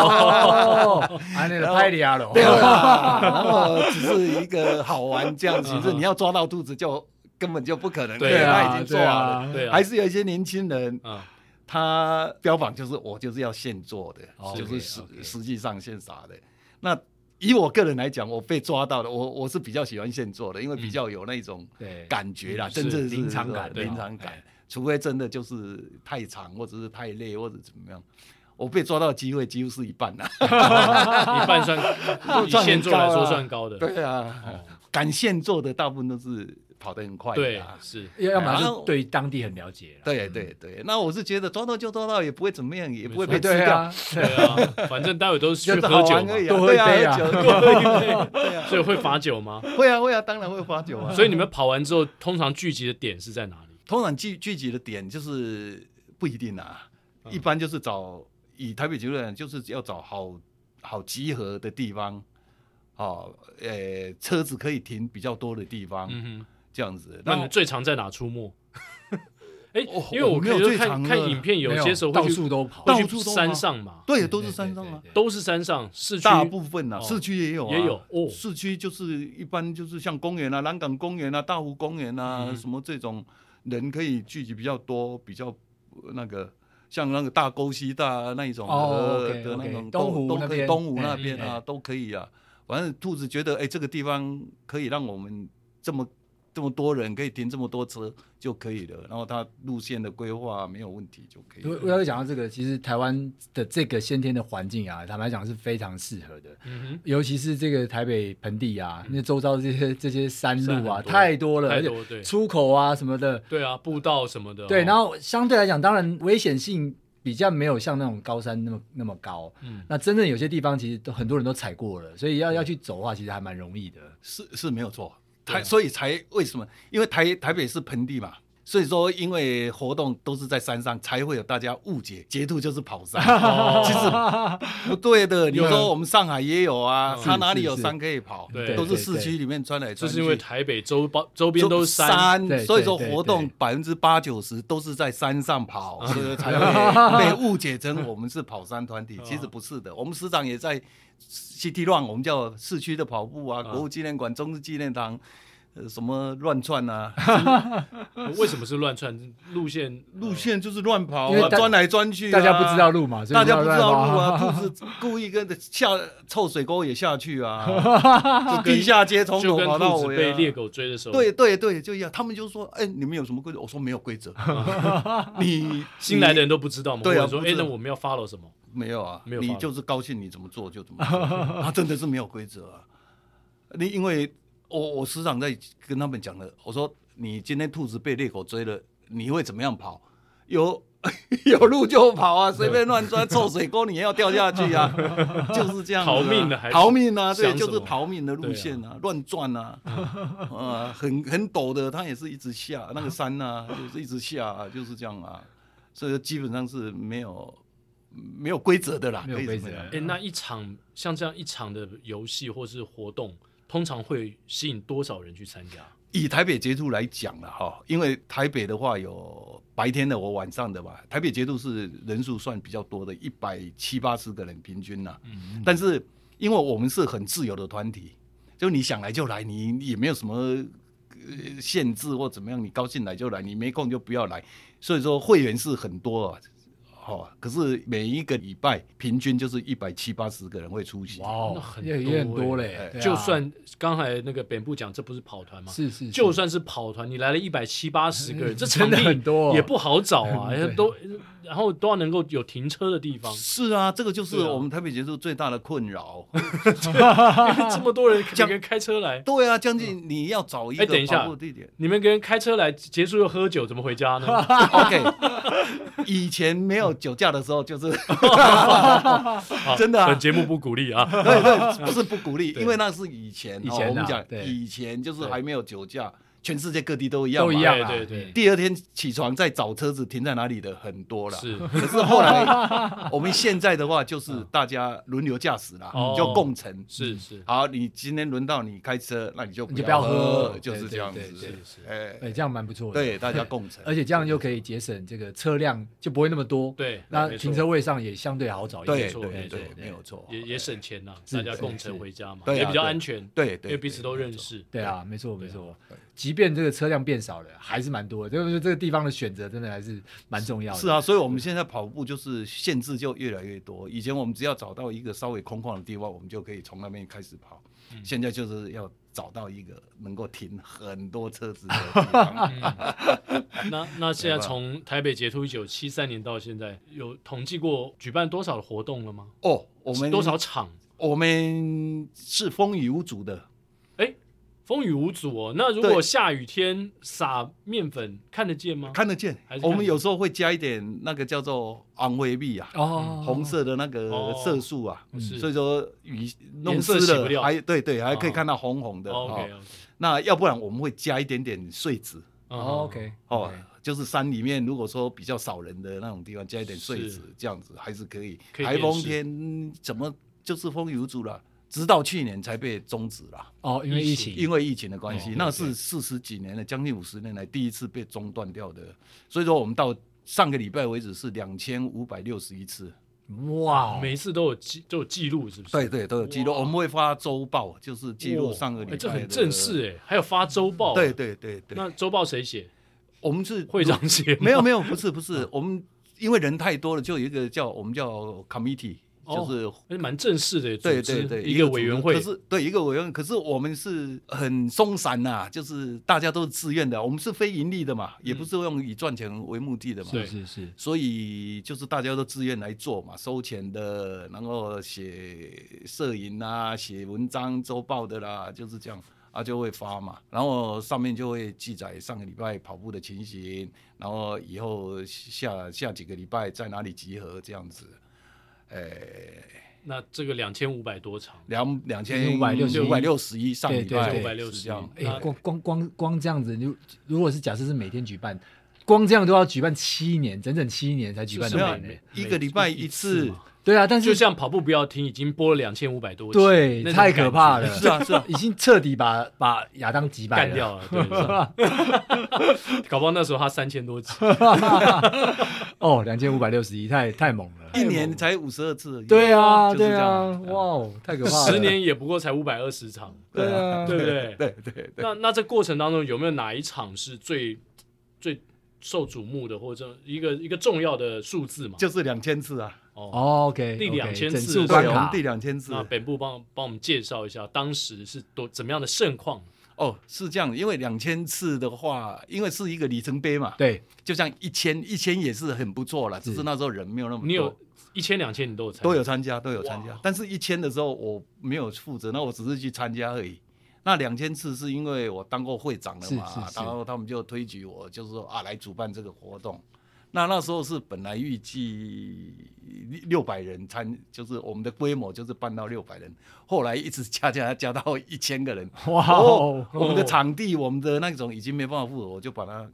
Speaker 2: 哦，安尼就拍你啊咯。
Speaker 3: 对啦， 然后只是一个好玩这样，其实
Speaker 1: 嗯
Speaker 3: 你要抓到肚子就根本就不可能，
Speaker 1: 对
Speaker 3: 因为
Speaker 1: 啊
Speaker 3: 他已经做好了。
Speaker 1: 对啊，
Speaker 3: 还是有一些年轻人，
Speaker 1: 啊，
Speaker 3: 他标榜就是我就是要现做的，
Speaker 2: 哦
Speaker 3: 就是
Speaker 2: OK，
Speaker 3: 实
Speaker 2: OK
Speaker 3: 实际上现杀的。那以我个人来讲，我被抓到的，我我是比较喜欢现做的，因为比较有那种
Speaker 2: 对，
Speaker 3: 感觉啦，
Speaker 1: 嗯
Speaker 3: 真正
Speaker 1: 是
Speaker 3: 是
Speaker 2: 临场感
Speaker 1: 对
Speaker 3: 临场感。除非真的就是太长，或者是太累，或者怎么样，我被抓到的机会几乎是一半啦。啊
Speaker 1: 一半算以现做来说算高的，
Speaker 3: 对啊，敢现做的大部分都是跑得很快的
Speaker 1: 对
Speaker 3: 啦。
Speaker 1: 是，
Speaker 2: 要要么
Speaker 3: 然
Speaker 2: 就
Speaker 3: 后
Speaker 2: 对当地很了解了。
Speaker 3: 对对对，那我是觉得抓到就抓到，也不会怎么样，也不会被
Speaker 2: 对
Speaker 3: 吃
Speaker 2: 对
Speaker 3: 掉。
Speaker 2: 啊，
Speaker 1: 对 啊，反正待会都是去
Speaker 3: 就是
Speaker 1: 喝
Speaker 3: 好
Speaker 1: 酒
Speaker 3: 玩
Speaker 1: 嘛
Speaker 3: 而，已
Speaker 2: 多
Speaker 3: 啊，
Speaker 2: 喝一
Speaker 3: 对
Speaker 2: 杯
Speaker 3: 啊，
Speaker 2: 啊
Speaker 3: 喝酒
Speaker 1: 所以会罚酒吗？
Speaker 3: 会啊会啊，当然会喝酒啊。
Speaker 1: 所以你们跑完之后，通常聚集的点是在哪里？
Speaker 3: 通常聚聚集的点就是不一定啊，
Speaker 1: 嗯
Speaker 3: 一般就是找以台北酒店就是要找好好集合的地方，哦，呃，车子可以停比较多的地方，
Speaker 1: 嗯
Speaker 3: 这样子
Speaker 1: 哼，。那你们最常在哪出没？ 哎，
Speaker 3: 哦
Speaker 1: 因为我
Speaker 3: 我没有
Speaker 1: 觉得
Speaker 3: 最
Speaker 1: 看
Speaker 3: 常的
Speaker 1: 看影片，有
Speaker 2: 没
Speaker 1: 些时候
Speaker 2: 到
Speaker 1: 会去
Speaker 2: 处都跑，
Speaker 3: 到
Speaker 1: 会去
Speaker 3: 处都吗
Speaker 1: 山上嘛，
Speaker 3: 对，都是山上啊，
Speaker 1: 都是山上，市区
Speaker 3: 大部分啊，
Speaker 1: 哦
Speaker 3: 市区也有啊，
Speaker 1: 也有哦
Speaker 3: 市区就是一般就是像公园啊，南港公园啊，大湖公园啊，
Speaker 1: 嗯
Speaker 3: 什么这种人可以聚集比较多，比较呃那个像那个大沟溪大啊那一种的、呃
Speaker 2: 哦，OK，
Speaker 3: 的
Speaker 2: OK，
Speaker 3: 那种都
Speaker 2: 东湖
Speaker 3: 都
Speaker 2: 那
Speaker 3: 可以
Speaker 2: 边
Speaker 3: 东湖
Speaker 2: 哎
Speaker 3: 那边
Speaker 2: 哎
Speaker 3: 啊、都可以啊。反正兔子觉得哎、这个地方可以让我们这么这么多人可以停这么多车就可以了，然后它路线的规划没有问题就可以
Speaker 2: 我
Speaker 3: 了。
Speaker 2: 我要讲到这个，其实台湾的这个先天的环境啊，坦白讲是非常适合的，
Speaker 1: 嗯
Speaker 2: 尤其是这个台北盆地啊，那周遭这些这些山
Speaker 1: 山很
Speaker 2: 路啊
Speaker 1: 多
Speaker 2: 太多
Speaker 1: 哼，
Speaker 2: 了，
Speaker 1: 太
Speaker 2: 而且
Speaker 1: 多对
Speaker 2: 出口啊什么的，
Speaker 1: 对啊，步道什么的哦，
Speaker 2: 对，然后相对来讲，当然危险性比较没有像那种高山那么那么高。
Speaker 1: 嗯
Speaker 2: 那真正有些地方其实都很多人都踩过了，所以要要去走的话，其实还蛮容易的。
Speaker 3: 是是没有错，
Speaker 1: 对啊
Speaker 3: 台、所以才为什么？因为台台北是盆地嘛，所以说因为活动都是在山上，才会有大家误解捷途就是跑山，
Speaker 1: 哦
Speaker 3: 其实不对的。你
Speaker 2: 有
Speaker 3: 说我们上海也有啊
Speaker 1: 嗯，
Speaker 3: 它哪里有
Speaker 2: 是是
Speaker 3: 山可以跑？
Speaker 1: 对
Speaker 3: 都是
Speaker 2: 对
Speaker 3: 市
Speaker 2: 对
Speaker 3: 区里面穿来
Speaker 1: 这
Speaker 3: 穿去。
Speaker 1: 是因为台北周包周边都是
Speaker 3: 山，
Speaker 1: 山，
Speaker 2: 对
Speaker 3: 所以说
Speaker 2: 对对
Speaker 3: 活动
Speaker 2: 对
Speaker 3: 百分之八九十都是在山 上跑，所以说才会被误解成我们是跑山团体，
Speaker 2: 哦
Speaker 3: 其实不是的。我们时常也在 City Run，我们叫市区的跑步
Speaker 2: 哦
Speaker 3: 啊，
Speaker 1: 嗯
Speaker 3: 国父纪念馆、中日纪念堂。呃，什么乱窜啊？
Speaker 2: 哦
Speaker 1: 为什么是乱窜路线？
Speaker 3: 路线就是乱跑
Speaker 2: 因为
Speaker 3: 啊，
Speaker 2: 大
Speaker 3: 钻来钻去、啊，
Speaker 2: 大家不知道，路嘛，所以
Speaker 3: 大家不知
Speaker 2: 乱
Speaker 3: 道
Speaker 2: 跑
Speaker 3: 路啊，肚子故意跟着下臭水沟也下去 啊，就地下街从
Speaker 1: 就
Speaker 3: 头
Speaker 1: 跟
Speaker 3: 跑到
Speaker 1: 兔子
Speaker 3: 尾、啊，
Speaker 1: 被猎狗追的时候，
Speaker 3: 对对对，就一样。他们就说：“哎、你们有什么规则？”我说：“没有规则。 你
Speaker 1: 新来的
Speaker 3: 你
Speaker 1: 人都不知道嘛，
Speaker 3: 对啊
Speaker 1: 或者说，
Speaker 3: 不
Speaker 1: 哎，
Speaker 3: 知道
Speaker 1: 那我们要 follow 什么？
Speaker 3: 没有啊，
Speaker 1: 没有
Speaker 3: 你
Speaker 1: follow
Speaker 3: 就是高兴，你怎么做就怎 么做。他真的是没有规则啊。你因为我我时常在跟他们讲的，我说你今天兔子被猎狗追了，你会怎么样跑？有 有路就跑
Speaker 1: 嗯
Speaker 3: 啊，随便乱钻臭水沟，你也要掉下 去啊，就是这样子啊、
Speaker 1: 逃命的还是
Speaker 3: 逃命啊，对，
Speaker 1: 想什
Speaker 3: 就
Speaker 1: 么
Speaker 3: 是逃命的路线啊，乱转 啊，啊，很很陡的，它也是一直下那个山啊，就是一直下、啊，就是这样啊，所以基本上是没有没有规则的啦，
Speaker 2: 没有
Speaker 3: 可以这么
Speaker 2: 规则
Speaker 3: 讲
Speaker 1: 哎，那一场像这样一场的游戏或是活动，通常会吸引多少人去参加？
Speaker 3: 以台北捷度来讲了哈，因为台北的话有白天的，我晚上的嘛。台北捷度是人数算比较多的，一百七八十个人平均啦。
Speaker 1: 嗯
Speaker 3: 但是因为我们是很自由的团体，就你想来就来，你也没有什么呃限制或怎么样，你高兴来就来，你没空就不要来。所以说会员是很多啊，哦，可是每一个礼拜平均就是一百七八十个人会出席。
Speaker 2: 哇
Speaker 1: 那
Speaker 2: 哦，
Speaker 1: 很
Speaker 2: 也也很
Speaker 1: 多
Speaker 2: 多
Speaker 1: 欸
Speaker 2: 嘞，对啊
Speaker 1: 就算刚才那个本部讲，这不是跑团吗？
Speaker 2: 是是，嗯
Speaker 1: 就是算 是跑团，你来了一百七八十个人，这
Speaker 2: 真
Speaker 1: 场
Speaker 2: 的
Speaker 1: 地
Speaker 2: 很多哦
Speaker 1: 也不好找啊，
Speaker 2: 对
Speaker 1: 都然后都要能够有停车的地 方，
Speaker 3: 是啊，这个就是
Speaker 1: 对啊
Speaker 3: 我们台北结束最大的困扰。
Speaker 1: 因为这么多人，你们开车来，
Speaker 3: 对啊，将近你要找一
Speaker 1: 哎等一
Speaker 3: 个
Speaker 1: 下
Speaker 3: 跑步地点。
Speaker 1: 你们跟人开车来结束又喝酒，怎么回 家呢？啊
Speaker 3: OK，以前没有酒驾的时候，就是
Speaker 1: 啊
Speaker 3: 真的啊
Speaker 1: 本节目不鼓励 啊。
Speaker 3: 对对，不是不鼓励，
Speaker 1: 对
Speaker 3: 因为那是以前，
Speaker 2: 以
Speaker 3: 哦
Speaker 2: 前啊
Speaker 3: 我们讲
Speaker 2: 对
Speaker 3: 以前就是
Speaker 1: 对
Speaker 3: 还没有酒驾，全世界各地都一样嘛，
Speaker 2: 都一样
Speaker 1: 对
Speaker 2: 啊，
Speaker 1: 对对
Speaker 3: 第二天起床再找车子停在哪里的很多了，
Speaker 1: 是嗯
Speaker 3: 可是后 来我们现在的话就是大家轮流驾驶啦
Speaker 1: 哦，
Speaker 3: 就共乘。
Speaker 2: 嗯
Speaker 1: 是是
Speaker 3: 好，你今天轮到你开车，那你就
Speaker 2: 你就不要喝
Speaker 3: 喝，就是这样子
Speaker 2: 对对对。
Speaker 1: 是，
Speaker 3: 哎，
Speaker 2: 哎，这样蛮不错的，
Speaker 3: 对，大家共乘。
Speaker 2: 而且这样就可以节省这个车辆，就不会那么多。，
Speaker 1: 对，
Speaker 2: 那
Speaker 1: 没错
Speaker 2: 停车位上也相对好找一
Speaker 3: 对
Speaker 2: 点。
Speaker 1: 错没
Speaker 3: 对
Speaker 1: 错
Speaker 3: 对，没有错。
Speaker 1: 也也省钱呐，
Speaker 2: 是
Speaker 1: 大家
Speaker 2: 是
Speaker 1: 共乘
Speaker 2: 是
Speaker 1: 回家嘛，
Speaker 3: 对啊
Speaker 1: 也比较
Speaker 3: 对
Speaker 1: 安全，
Speaker 3: 对
Speaker 1: 因
Speaker 3: 对，
Speaker 1: 为彼此都认
Speaker 3: 识。
Speaker 1: 识。
Speaker 2: 对啊，没错没错
Speaker 3: 对。
Speaker 2: 即便这个车辆变少了，还是蛮多的。就是这个地方的选择，真的还是蛮重要的。
Speaker 3: 是啊，所以我们现在跑步就是限制就越来越多。以前我们只要找到一个稍微空旷的地方，我们就可以从那边开始跑。现在就是要找到一个能够停很多车子的地方。
Speaker 1: 那那现在从台北捷途一九七三年到现在，有统计过举办多少的活动了吗？
Speaker 3: 哦，我们
Speaker 1: 多少？场？
Speaker 3: 我们是风雨无阻的。
Speaker 1: 哎，风雨无阻哦。那如果
Speaker 3: 对
Speaker 1: 下雨天撒面粉，看得见吗？
Speaker 3: 看得见
Speaker 1: 还是看得，见
Speaker 3: 我们有时候会加一点那个叫做昂灰蜜啊，
Speaker 2: 哦，
Speaker 3: 红色的那个
Speaker 1: 哦
Speaker 3: 色素啊，
Speaker 1: 是
Speaker 3: 所以说雨弄
Speaker 1: 颜
Speaker 3: 湿
Speaker 1: 色洗不掉
Speaker 3: 了，还对对，还可以
Speaker 1: 哦嗯
Speaker 3: 看到红红的。
Speaker 1: OK
Speaker 3: 哦那要不然我们会加一点点碎纸，
Speaker 2: 哦，OK，
Speaker 3: 哦
Speaker 2: OK，
Speaker 3: 就是山里面如果说比较少人的那种地方，加一点碎
Speaker 1: 是
Speaker 3: 纸这样子还是可以。
Speaker 1: 可以
Speaker 3: 台
Speaker 1: 辨
Speaker 3: 风
Speaker 1: 识
Speaker 3: 天嗯怎么就是风雨无阻了？直到去年才被终止了，
Speaker 2: 哦，因为
Speaker 1: 疫
Speaker 2: 疫
Speaker 1: 情
Speaker 2: 情，
Speaker 3: 因为疫情的关系，
Speaker 1: 哦
Speaker 3: 那
Speaker 1: OK
Speaker 3: 是四十几年了，将近五十年来第一次被中断掉的。所以说我们到上个礼拜为止是两千五百六十一次，
Speaker 2: 哇，哦
Speaker 1: 哦每一次都有记都有记录，是不是？
Speaker 3: 对对都有记录，
Speaker 1: 哇
Speaker 3: 我们会发周报，就是记录上个礼
Speaker 1: 哎
Speaker 3: 拜
Speaker 1: 这很
Speaker 3: 的
Speaker 1: 正式哎，还有发周报。
Speaker 3: 对，对对对，
Speaker 1: 那周报谁写？
Speaker 3: 我们是
Speaker 1: 会长写吗？嗯
Speaker 3: 没有没有，不是不是，我们因为人太多了，就有一个叫我们叫 committee，、
Speaker 1: 哦
Speaker 3: 就是
Speaker 1: 哎，蛮正式的，
Speaker 3: 对
Speaker 1: 组织
Speaker 3: 对对
Speaker 1: 一个委员会
Speaker 3: 可。是对一个委员，可是我们是很松散呐、就是大家都是自愿的，我们是非盈利的嘛，也
Speaker 1: 嗯
Speaker 3: 不是用以赚钱为目的的嘛。
Speaker 1: 对
Speaker 2: 是是，
Speaker 3: 所以就是大家都自愿来做嘛，收钱的，然后写摄影啊，写文章、周报的啦，就是这样啊，就会发嘛。然后上面就会记载上个礼拜跑步的情形，然后以后下下几个礼拜在哪里集合这样子。呃，
Speaker 1: 那这个两千五百多场，
Speaker 3: 两两千
Speaker 2: 2561
Speaker 3: 五百六十一上礼拜
Speaker 2: 对
Speaker 1: 对对
Speaker 3: 是这样，
Speaker 2: 哎
Speaker 1: 那，
Speaker 2: 光光光光这样子，你就如果是假设是每天举办，光这样都要举办七年，整整七年才举办
Speaker 1: 是
Speaker 2: 得
Speaker 3: 没有
Speaker 2: 完呢。
Speaker 3: 一个礼拜一次，
Speaker 2: 对啊，但是
Speaker 1: 就像跑步不要停，已经播了两千五百多集，
Speaker 2: 对
Speaker 1: 那，种
Speaker 2: 太可怕了，
Speaker 1: 感觉
Speaker 3: 是啊是 啊，
Speaker 2: 已经彻底把把亚当击
Speaker 1: 干
Speaker 2: 败了。
Speaker 1: 掉了，对，是 搞不好那时候他三千多集，
Speaker 2: 哦，两千五百六十一，太太猛了。
Speaker 3: 一年才五十二次而已，
Speaker 2: 对啊，
Speaker 3: 就是
Speaker 2: 对
Speaker 3: 这样
Speaker 2: 啊，哇，哦，太可怕了。
Speaker 1: 十，年也不过才五百二十场，
Speaker 2: 对啊，
Speaker 1: 对不对？
Speaker 3: 对对对。
Speaker 1: 那那这过程当中有没有哪一场是最最受瞩目的，或者一个一个重要的数字嘛？
Speaker 3: 就是两千次啊，
Speaker 1: 哦，
Speaker 2: 哦，OK，
Speaker 1: 第
Speaker 2: OK，
Speaker 1: 2000
Speaker 2: 整
Speaker 1: 次
Speaker 2: 数
Speaker 1: 对
Speaker 2: 关
Speaker 3: 我们
Speaker 2: 卡，
Speaker 3: 第两千次
Speaker 1: 那本部帮帮我们介绍一下当时是多怎么样的盛况？
Speaker 3: 哦，是这样，因为两千次的话，因为是一个里程碑嘛，
Speaker 2: 对，
Speaker 3: 就像一千，一千也是很不错了，只是那时候人没有那哦么多，
Speaker 1: 你有一千两千你都有参加
Speaker 3: 都有参加，都有参加
Speaker 1: 哇，
Speaker 3: 但是一千的时候我没有负责，那我只是去参加而已。那两千次是因为我当过会长了嘛，
Speaker 2: 是是是
Speaker 3: 然后他们就推举我，就是说啊来主办这个活动。那那时候是本来预计六百人参，就是我们的规模就是办到六百人，后来一直加加加到一千个人，
Speaker 2: 哇
Speaker 3: 哦
Speaker 2: 哦，，
Speaker 3: 我们的场地，我们的那种已经没办法复合，我就把它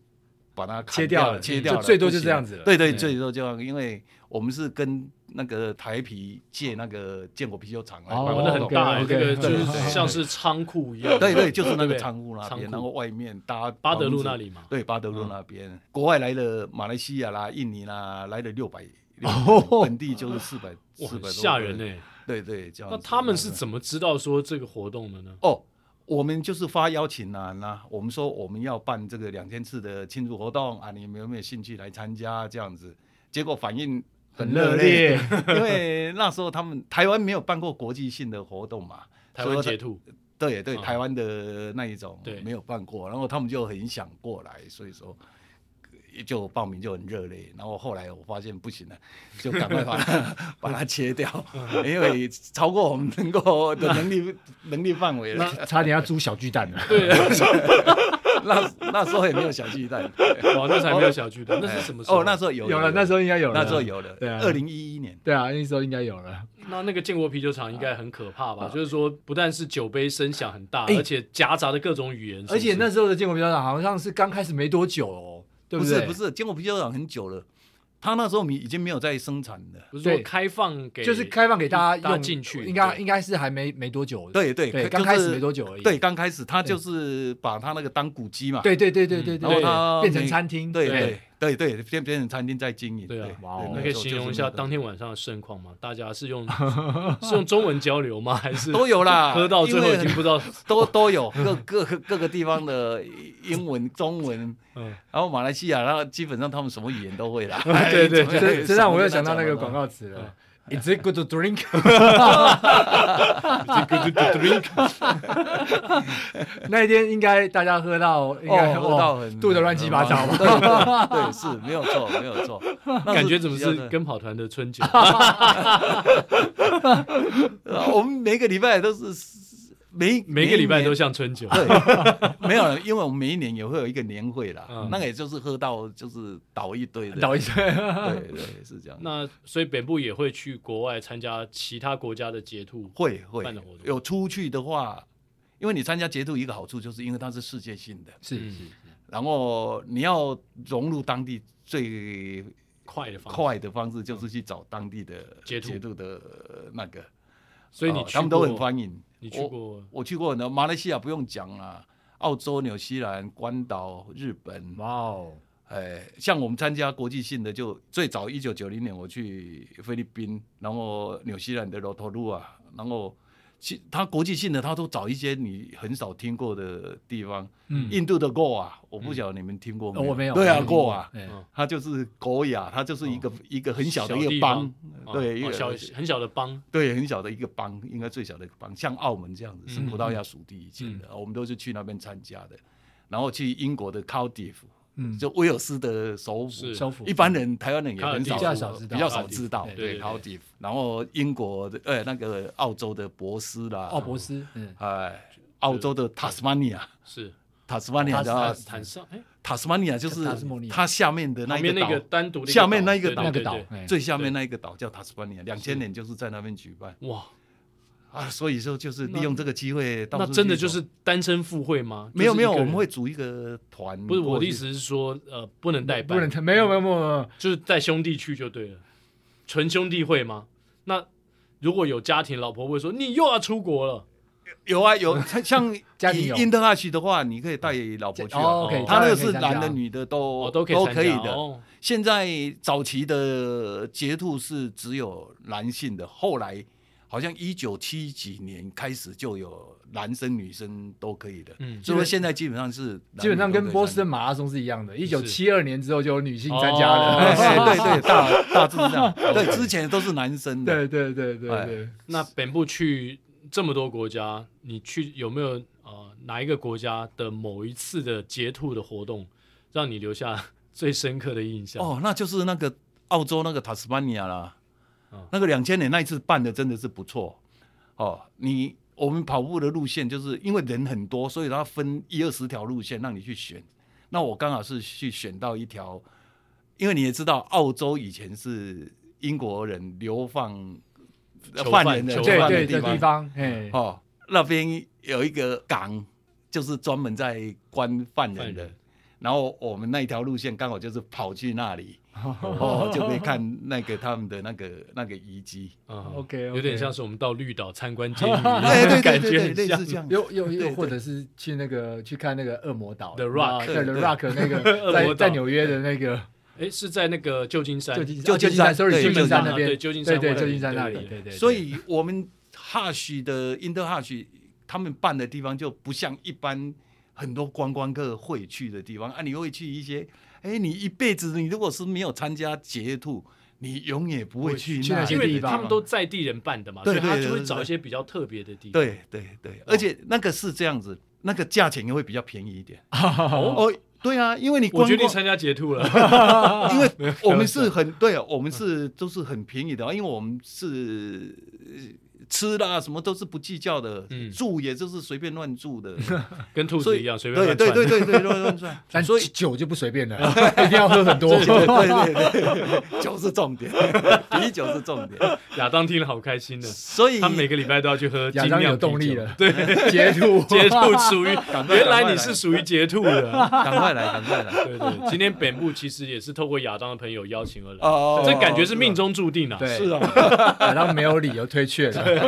Speaker 3: 把它砍
Speaker 2: 切掉
Speaker 3: 掉
Speaker 2: 了
Speaker 3: 切掉了，
Speaker 2: 就最多
Speaker 3: 不行
Speaker 2: 就这样子了
Speaker 3: 对对，
Speaker 2: 嗯
Speaker 3: 最多就这样，因为我们是跟那个台啤借那个建国啤酒厂来办
Speaker 2: 哦
Speaker 1: 哦
Speaker 3: 活，
Speaker 1: 那
Speaker 3: 动，
Speaker 1: 很大欸，这个
Speaker 2: OK，OK，
Speaker 1: 就
Speaker 2: 对
Speaker 1: 是
Speaker 2: 对对
Speaker 1: 像是仓库一样。
Speaker 3: 对对，就是那
Speaker 1: 对
Speaker 3: 个
Speaker 1: 不对
Speaker 3: 仓库那
Speaker 1: 仓
Speaker 3: 边，
Speaker 1: 库
Speaker 3: 然后外面搭
Speaker 1: 巴德路
Speaker 3: 房子
Speaker 1: 那里嗯嘛
Speaker 3: 对，巴德路那边，国外来了马来西亚啦、印尼啦，来了六百，
Speaker 2: 哦
Speaker 3: 本地就是四百，四
Speaker 1: 哇，
Speaker 3: 百
Speaker 1: 很吓人呢、欸
Speaker 3: 对对，这样
Speaker 1: 那
Speaker 3: 子。
Speaker 1: 他们是怎么知道说这个活动的呢？
Speaker 3: 哦，我们就是发邀请啊，那我们说我们要办这个两千次的庆祝活动啊，你们有没有兴趣来参加？这样子，结果反应
Speaker 2: 很
Speaker 3: 很
Speaker 2: 热
Speaker 3: 热
Speaker 2: 烈
Speaker 3: 烈， 因为那时候他们台湾没有办过国际性的活动嘛，
Speaker 1: 台
Speaker 3: 所以
Speaker 1: 湾
Speaker 3: 他
Speaker 1: 截图，
Speaker 3: 对对，
Speaker 1: 嗯
Speaker 3: 台湾的那一种
Speaker 1: 对
Speaker 3: 没有办过，然后他们就很想过来，所以说呃就报名就很热烈。然后后来我发现不行了，就 赶快把它把它切掉，因为超过我们能够的能力能力范围了。
Speaker 2: 差点要租小巨蛋了。
Speaker 1: 对，
Speaker 3: 那那时候也没有小巨蛋，
Speaker 1: 哇，哦那才没有小巨蛋， 那是什么时候？啊
Speaker 3: 哦，那时候 有
Speaker 2: 有了，那时
Speaker 3: 候
Speaker 2: 候应该有了，
Speaker 3: 那时候有了，
Speaker 2: 对啊
Speaker 3: 二零一一年。
Speaker 2: 对啊，那时候应该有了。
Speaker 1: 那那个建国啤酒厂应该很可怕吧？就是说，不但是酒杯声响很大，
Speaker 2: 哎
Speaker 1: 而且夹杂着各种语言，是不
Speaker 2: 而且
Speaker 1: 是
Speaker 2: 那时候的建国啤酒厂好像是刚开始没多久哦，对
Speaker 3: 不
Speaker 2: 对？
Speaker 3: 是不是，坚果啤酒厂很久了，他那时候已经没有在生产了。
Speaker 1: 不是说
Speaker 2: 对
Speaker 1: 开放给
Speaker 2: 就是开放给大家
Speaker 1: 大家
Speaker 2: 用
Speaker 1: 进去
Speaker 2: 应该
Speaker 1: 对
Speaker 2: 应该是还没没多久。
Speaker 3: 对对
Speaker 2: 对
Speaker 3: 可
Speaker 2: 刚
Speaker 3: 就
Speaker 2: 开始
Speaker 3: 是
Speaker 2: 没多久而已
Speaker 3: 对，刚开始他就是把他那个当古鸡嘛，
Speaker 2: 对对对对对
Speaker 1: 嗯
Speaker 2: 对
Speaker 3: 然后
Speaker 2: 对，
Speaker 3: 它
Speaker 2: 变成
Speaker 3: 每
Speaker 2: 餐厅。
Speaker 3: 对
Speaker 1: 对
Speaker 3: 对对对，变变成餐厅在经营。
Speaker 1: 对啊
Speaker 2: 哇哦
Speaker 1: 那
Speaker 2: 没
Speaker 1: 可以形容一下当
Speaker 3: 天
Speaker 1: 天晚上的盛况吗？大家是用是用中文交流吗？还是
Speaker 3: 都有啊 啦，
Speaker 1: 喝到最后
Speaker 3: 因
Speaker 1: 已
Speaker 3: 为
Speaker 1: 经不知道？
Speaker 3: 都都有各各各各个地方的英 文、中文，
Speaker 1: 嗯，。
Speaker 3: 然后马来西亚，然后基本上他们什么语言都 会啦哎
Speaker 1: 对 对对
Speaker 2: 这这让我又想到 那个广告词了。It's a good to drink
Speaker 1: 这 个 drink
Speaker 2: 那一天应该大家喝到应该
Speaker 3: 哦，喝到很
Speaker 2: 肚子乱七八糟吧？
Speaker 3: 吧？对对，是没有错，没 有错。那
Speaker 1: 感觉怎么
Speaker 3: 比较
Speaker 1: 是
Speaker 3: 的
Speaker 1: 跟跑团的春酒？
Speaker 3: 呃我们每个礼拜都是每
Speaker 1: 每个礼拜都
Speaker 3: 是
Speaker 1: 像春酒，
Speaker 3: 没有了，因为我们每一年也会有一个年会啦
Speaker 1: 嗯，
Speaker 3: 那个也就是喝到就是倒一堆的，
Speaker 2: 倒一下，
Speaker 3: 对对是这样。
Speaker 1: 那所以北部也会去国外参加其他国家的截图，
Speaker 3: 会会
Speaker 1: 办的活动
Speaker 3: 有出去的话，因为你参加节度一个好处，就是因为它是世界性的，
Speaker 2: 是
Speaker 1: 嗯
Speaker 2: 是
Speaker 3: 然后你要融入当地最
Speaker 1: 快的方式。
Speaker 3: 快的方式，就是去找当地的
Speaker 1: 节度
Speaker 3: 节度的那个，
Speaker 1: 所以你
Speaker 3: 哦
Speaker 1: 去
Speaker 3: 他们都很
Speaker 1: 过
Speaker 3: 欢迎。
Speaker 1: 你去过
Speaker 3: 我去过呢，马来西亚不用讲啦，澳洲、纽西兰、关岛、日本，
Speaker 2: 哇哦，
Speaker 3: 哎，像我们参加国际性的就，最早一九九零年我去菲律宾，然后纽西兰的罗托鲁啊，然后其他国际性的他都找一些你很少听过的地方，
Speaker 2: 嗯
Speaker 3: 印度的 Goa，我不晓得你们听过没
Speaker 2: 哦
Speaker 3: 有？
Speaker 2: 我没有，
Speaker 3: 对啊
Speaker 2: 没听过
Speaker 3: ，Goa，
Speaker 2: 哎
Speaker 1: 嗯
Speaker 3: 它就是狗雅，它就是一个、一个很小的一
Speaker 1: 哦地
Speaker 3: 个
Speaker 1: 方
Speaker 3: 邦，，对，一
Speaker 1: 哦
Speaker 3: 个
Speaker 1: 哦小很小的邦，
Speaker 3: 对，很小的一个邦，应该最小的一个邦，像澳门这样
Speaker 1: 嗯
Speaker 3: 子，是葡萄牙属地以前的，我们都是去那边参加的，然后去英国的 Cardiff，
Speaker 2: 嗯，
Speaker 3: 就威尔斯的首府，
Speaker 1: 是
Speaker 2: 收服
Speaker 3: 一般人台湾人也很少
Speaker 1: 比较
Speaker 2: 少知道
Speaker 3: 比较少知道
Speaker 2: 对
Speaker 1: 对对
Speaker 3: 对 Cardiff，然后英国的呃那个澳洲的博斯啦，
Speaker 1: 哦
Speaker 2: 奥博斯，嗯，
Speaker 3: 哎，澳洲的 Tasmania。
Speaker 1: 是
Speaker 3: 塔斯曼尼亚
Speaker 2: 塔
Speaker 3: 的
Speaker 1: 坦坦上哎，
Speaker 3: 塔斯曼尼亚就是
Speaker 2: 塔斯莫尼亚
Speaker 3: 它下面的那
Speaker 1: 旁
Speaker 3: 一
Speaker 1: 边那个
Speaker 3: 个
Speaker 1: 单独的
Speaker 3: 下面那一个
Speaker 1: 岛
Speaker 3: 岛
Speaker 2: 那
Speaker 1: 对
Speaker 2: 个
Speaker 1: 对对
Speaker 2: 岛
Speaker 1: 对，
Speaker 2: 哎
Speaker 3: 岛，最下面那一个岛叫塔斯曼尼亚，两千年就是在那边举办
Speaker 1: 哇，
Speaker 3: 啊，所以说就是利用这个机会到处
Speaker 1: 那
Speaker 3: 去走，
Speaker 1: 真的就是单身赴会吗？
Speaker 3: 没有
Speaker 1: 就是一
Speaker 3: 没有，
Speaker 1: 个
Speaker 3: 我
Speaker 1: 人
Speaker 3: 们会组一个团。
Speaker 1: 不是我的意
Speaker 3: 过去，
Speaker 1: 思是说，呃，不能代
Speaker 2: 不
Speaker 1: 班
Speaker 2: 能，，没有没有没有没有，
Speaker 1: 就是带兄弟去就对了，纯兄弟会吗？那如果有家庭，老婆会说你又要出国了，
Speaker 3: 有 啊有，像像
Speaker 2: 家庭
Speaker 3: 以
Speaker 2: 有
Speaker 3: Inter a c 的话，你可以带老婆去啊。
Speaker 2: 哦，OK，
Speaker 3: 他那个是
Speaker 2: 当然可以参加
Speaker 3: 男的女的都、
Speaker 1: 哦我都可以
Speaker 3: 都
Speaker 1: 参加
Speaker 3: 可以的。
Speaker 1: 哦
Speaker 3: 现在早期的捷兔是只有男性的，后来好像一九七几年开始就有男生女生都可以的。
Speaker 1: 嗯
Speaker 3: 所以说现在基本上是男女
Speaker 2: 基本上
Speaker 3: 都可
Speaker 2: 跟
Speaker 3: 以
Speaker 2: 波士
Speaker 3: 参
Speaker 2: 顿
Speaker 3: 加
Speaker 2: 马拉松是一样的，一九七二年之后就有女性参加
Speaker 1: 哦
Speaker 3: 哎
Speaker 2: 了。
Speaker 3: 哎 对对，大大致是这样。对，之前都是男生的。
Speaker 2: 对对对对
Speaker 3: 哎
Speaker 2: 对，
Speaker 1: 那本部去这么多国家，你去有没有呃哪一个国家的某一次的截图的活动，让你留下 最深刻的印象？
Speaker 3: 哦，那就是那个澳洲那个塔斯曼尼亚啦，
Speaker 1: 嗯
Speaker 3: 那个两千年那一次办的真的是不错哦。你我们跑步的路线就是因为人很多，所以它分一二十条路线让你去选。那我刚好是去选到一条，因为你也知道，澳洲以前是英国人流放呃
Speaker 1: 囚犯
Speaker 3: 犯人的
Speaker 1: 囚
Speaker 3: 囚
Speaker 2: 对
Speaker 3: 犯
Speaker 2: 对
Speaker 3: 的
Speaker 2: 的
Speaker 3: 地
Speaker 2: 地
Speaker 3: 方
Speaker 2: 方，哎，
Speaker 3: 哦，那边有一个港，就是专门在关犯
Speaker 1: 犯
Speaker 3: 人的
Speaker 1: 人。
Speaker 3: 然后我们那一条路线刚好就是跑去那里，哦，就可以看那个他们的那个那个遗迹。
Speaker 1: 嗯
Speaker 2: OK，OK
Speaker 1: 有点像是我们到绿岛参观监狱 一
Speaker 3: 哎，
Speaker 1: 样，
Speaker 3: 对对
Speaker 1: 感
Speaker 3: 对
Speaker 1: 觉
Speaker 3: 对，
Speaker 1: 很
Speaker 3: 类
Speaker 1: 像
Speaker 3: 似。这 样。
Speaker 2: 又又
Speaker 3: 嗯对
Speaker 2: 又
Speaker 3: 对
Speaker 2: 或者是去那个去看那个恶魔岛
Speaker 1: The Rock
Speaker 2: 啊对 The
Speaker 3: 对
Speaker 2: Rock 那
Speaker 1: 恶魔
Speaker 2: 个在
Speaker 1: 岛
Speaker 2: 在纽约的那个
Speaker 1: 哎，是在那个旧金山，
Speaker 2: 旧金旧
Speaker 3: 旧金
Speaker 2: 金
Speaker 3: 山
Speaker 2: 山，sorry，
Speaker 3: 对
Speaker 2: 旧金山
Speaker 1: 旧金山啊
Speaker 2: 那边，
Speaker 1: 对旧金山
Speaker 2: 对
Speaker 1: 外
Speaker 2: 旧
Speaker 1: 面
Speaker 2: 金山那里，
Speaker 1: 对
Speaker 2: 对对，对
Speaker 3: 所以我们 Hush 的 Inter Hush 他们办的地方就不像一般很多观光客会去的地方啊，你会去一些，哎，你一辈子你如果是没有参加捷兔，你永远不会去
Speaker 2: 去
Speaker 3: 那
Speaker 2: 那
Speaker 3: 里
Speaker 2: 些
Speaker 1: 因
Speaker 2: 地
Speaker 1: 为
Speaker 2: 方
Speaker 1: 他们都在地人办的嘛，所
Speaker 3: 啊对
Speaker 1: 以他
Speaker 3: 对
Speaker 1: 就
Speaker 3: 对
Speaker 1: 会
Speaker 3: 对
Speaker 1: 找一些比较特别的地方。
Speaker 3: 对对对，而且那个是这样子，那个价钱也会比较便宜一点。哦，对啊，因为你
Speaker 1: 我
Speaker 3: 观
Speaker 1: 决定
Speaker 3: 光，
Speaker 1: 参加捷兔了。
Speaker 3: 因为我们是很对啊，我们是都是很便宜的啊，因为我们是呃吃啦什么都是不计较的
Speaker 1: 嗯，
Speaker 3: 住也就是随便乱住的，
Speaker 1: 跟 兔
Speaker 3: 所
Speaker 1: 子
Speaker 3: 以
Speaker 1: 一样随便乱
Speaker 3: 对对
Speaker 1: 窜
Speaker 3: 对对对乱乱 转。
Speaker 4: 但所以酒就不随便了，一定要喝很多。
Speaker 3: 对对对对，酒是重点，啤酒是重点，
Speaker 1: 亚当听了好开心的，
Speaker 3: 所以
Speaker 1: 他每个礼拜都要去喝精
Speaker 4: 亚当有
Speaker 1: 酿啤酒
Speaker 4: 动力了，
Speaker 1: 对，
Speaker 4: 截 图，
Speaker 1: 捷兔属于
Speaker 3: 赶快
Speaker 1: 原来
Speaker 3: 赶快
Speaker 1: 你是属于捷兔的。
Speaker 3: 赶快来，赶快来。
Speaker 1: 对对，今天本部其实也是透过亚当的朋友邀请而来，
Speaker 3: 哦
Speaker 1: 这感觉是命中注定啊。
Speaker 4: 对，
Speaker 3: 是啊。
Speaker 4: 亚当没有理由推却了。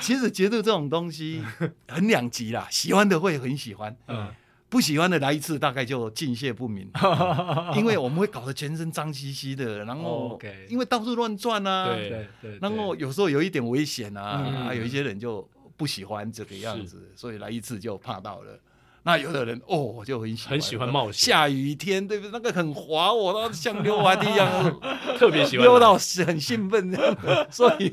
Speaker 3: 其实节奏这种 东西很两极啦，喜欢的会很喜欢，
Speaker 1: 嗯
Speaker 3: 不喜欢的来一次大概就敬谢 不明，因为我们会搞得全身脏兮兮的，然后、
Speaker 2: OK
Speaker 3: 因为到处乱转啊，
Speaker 1: 哦对
Speaker 2: 对对，
Speaker 3: 然后有时候有一点危险啊，
Speaker 1: 嗯
Speaker 3: 啊有一些人就不喜欢这个样子，所以来一次就怕到了。那有的人哦，我就很喜欢
Speaker 1: 很喜欢冒险
Speaker 3: 下雨天对不对？那个很滑，我那像溜滑梯一 样
Speaker 1: 特别喜欢
Speaker 3: 嗯 溜到很兴奋这样，所以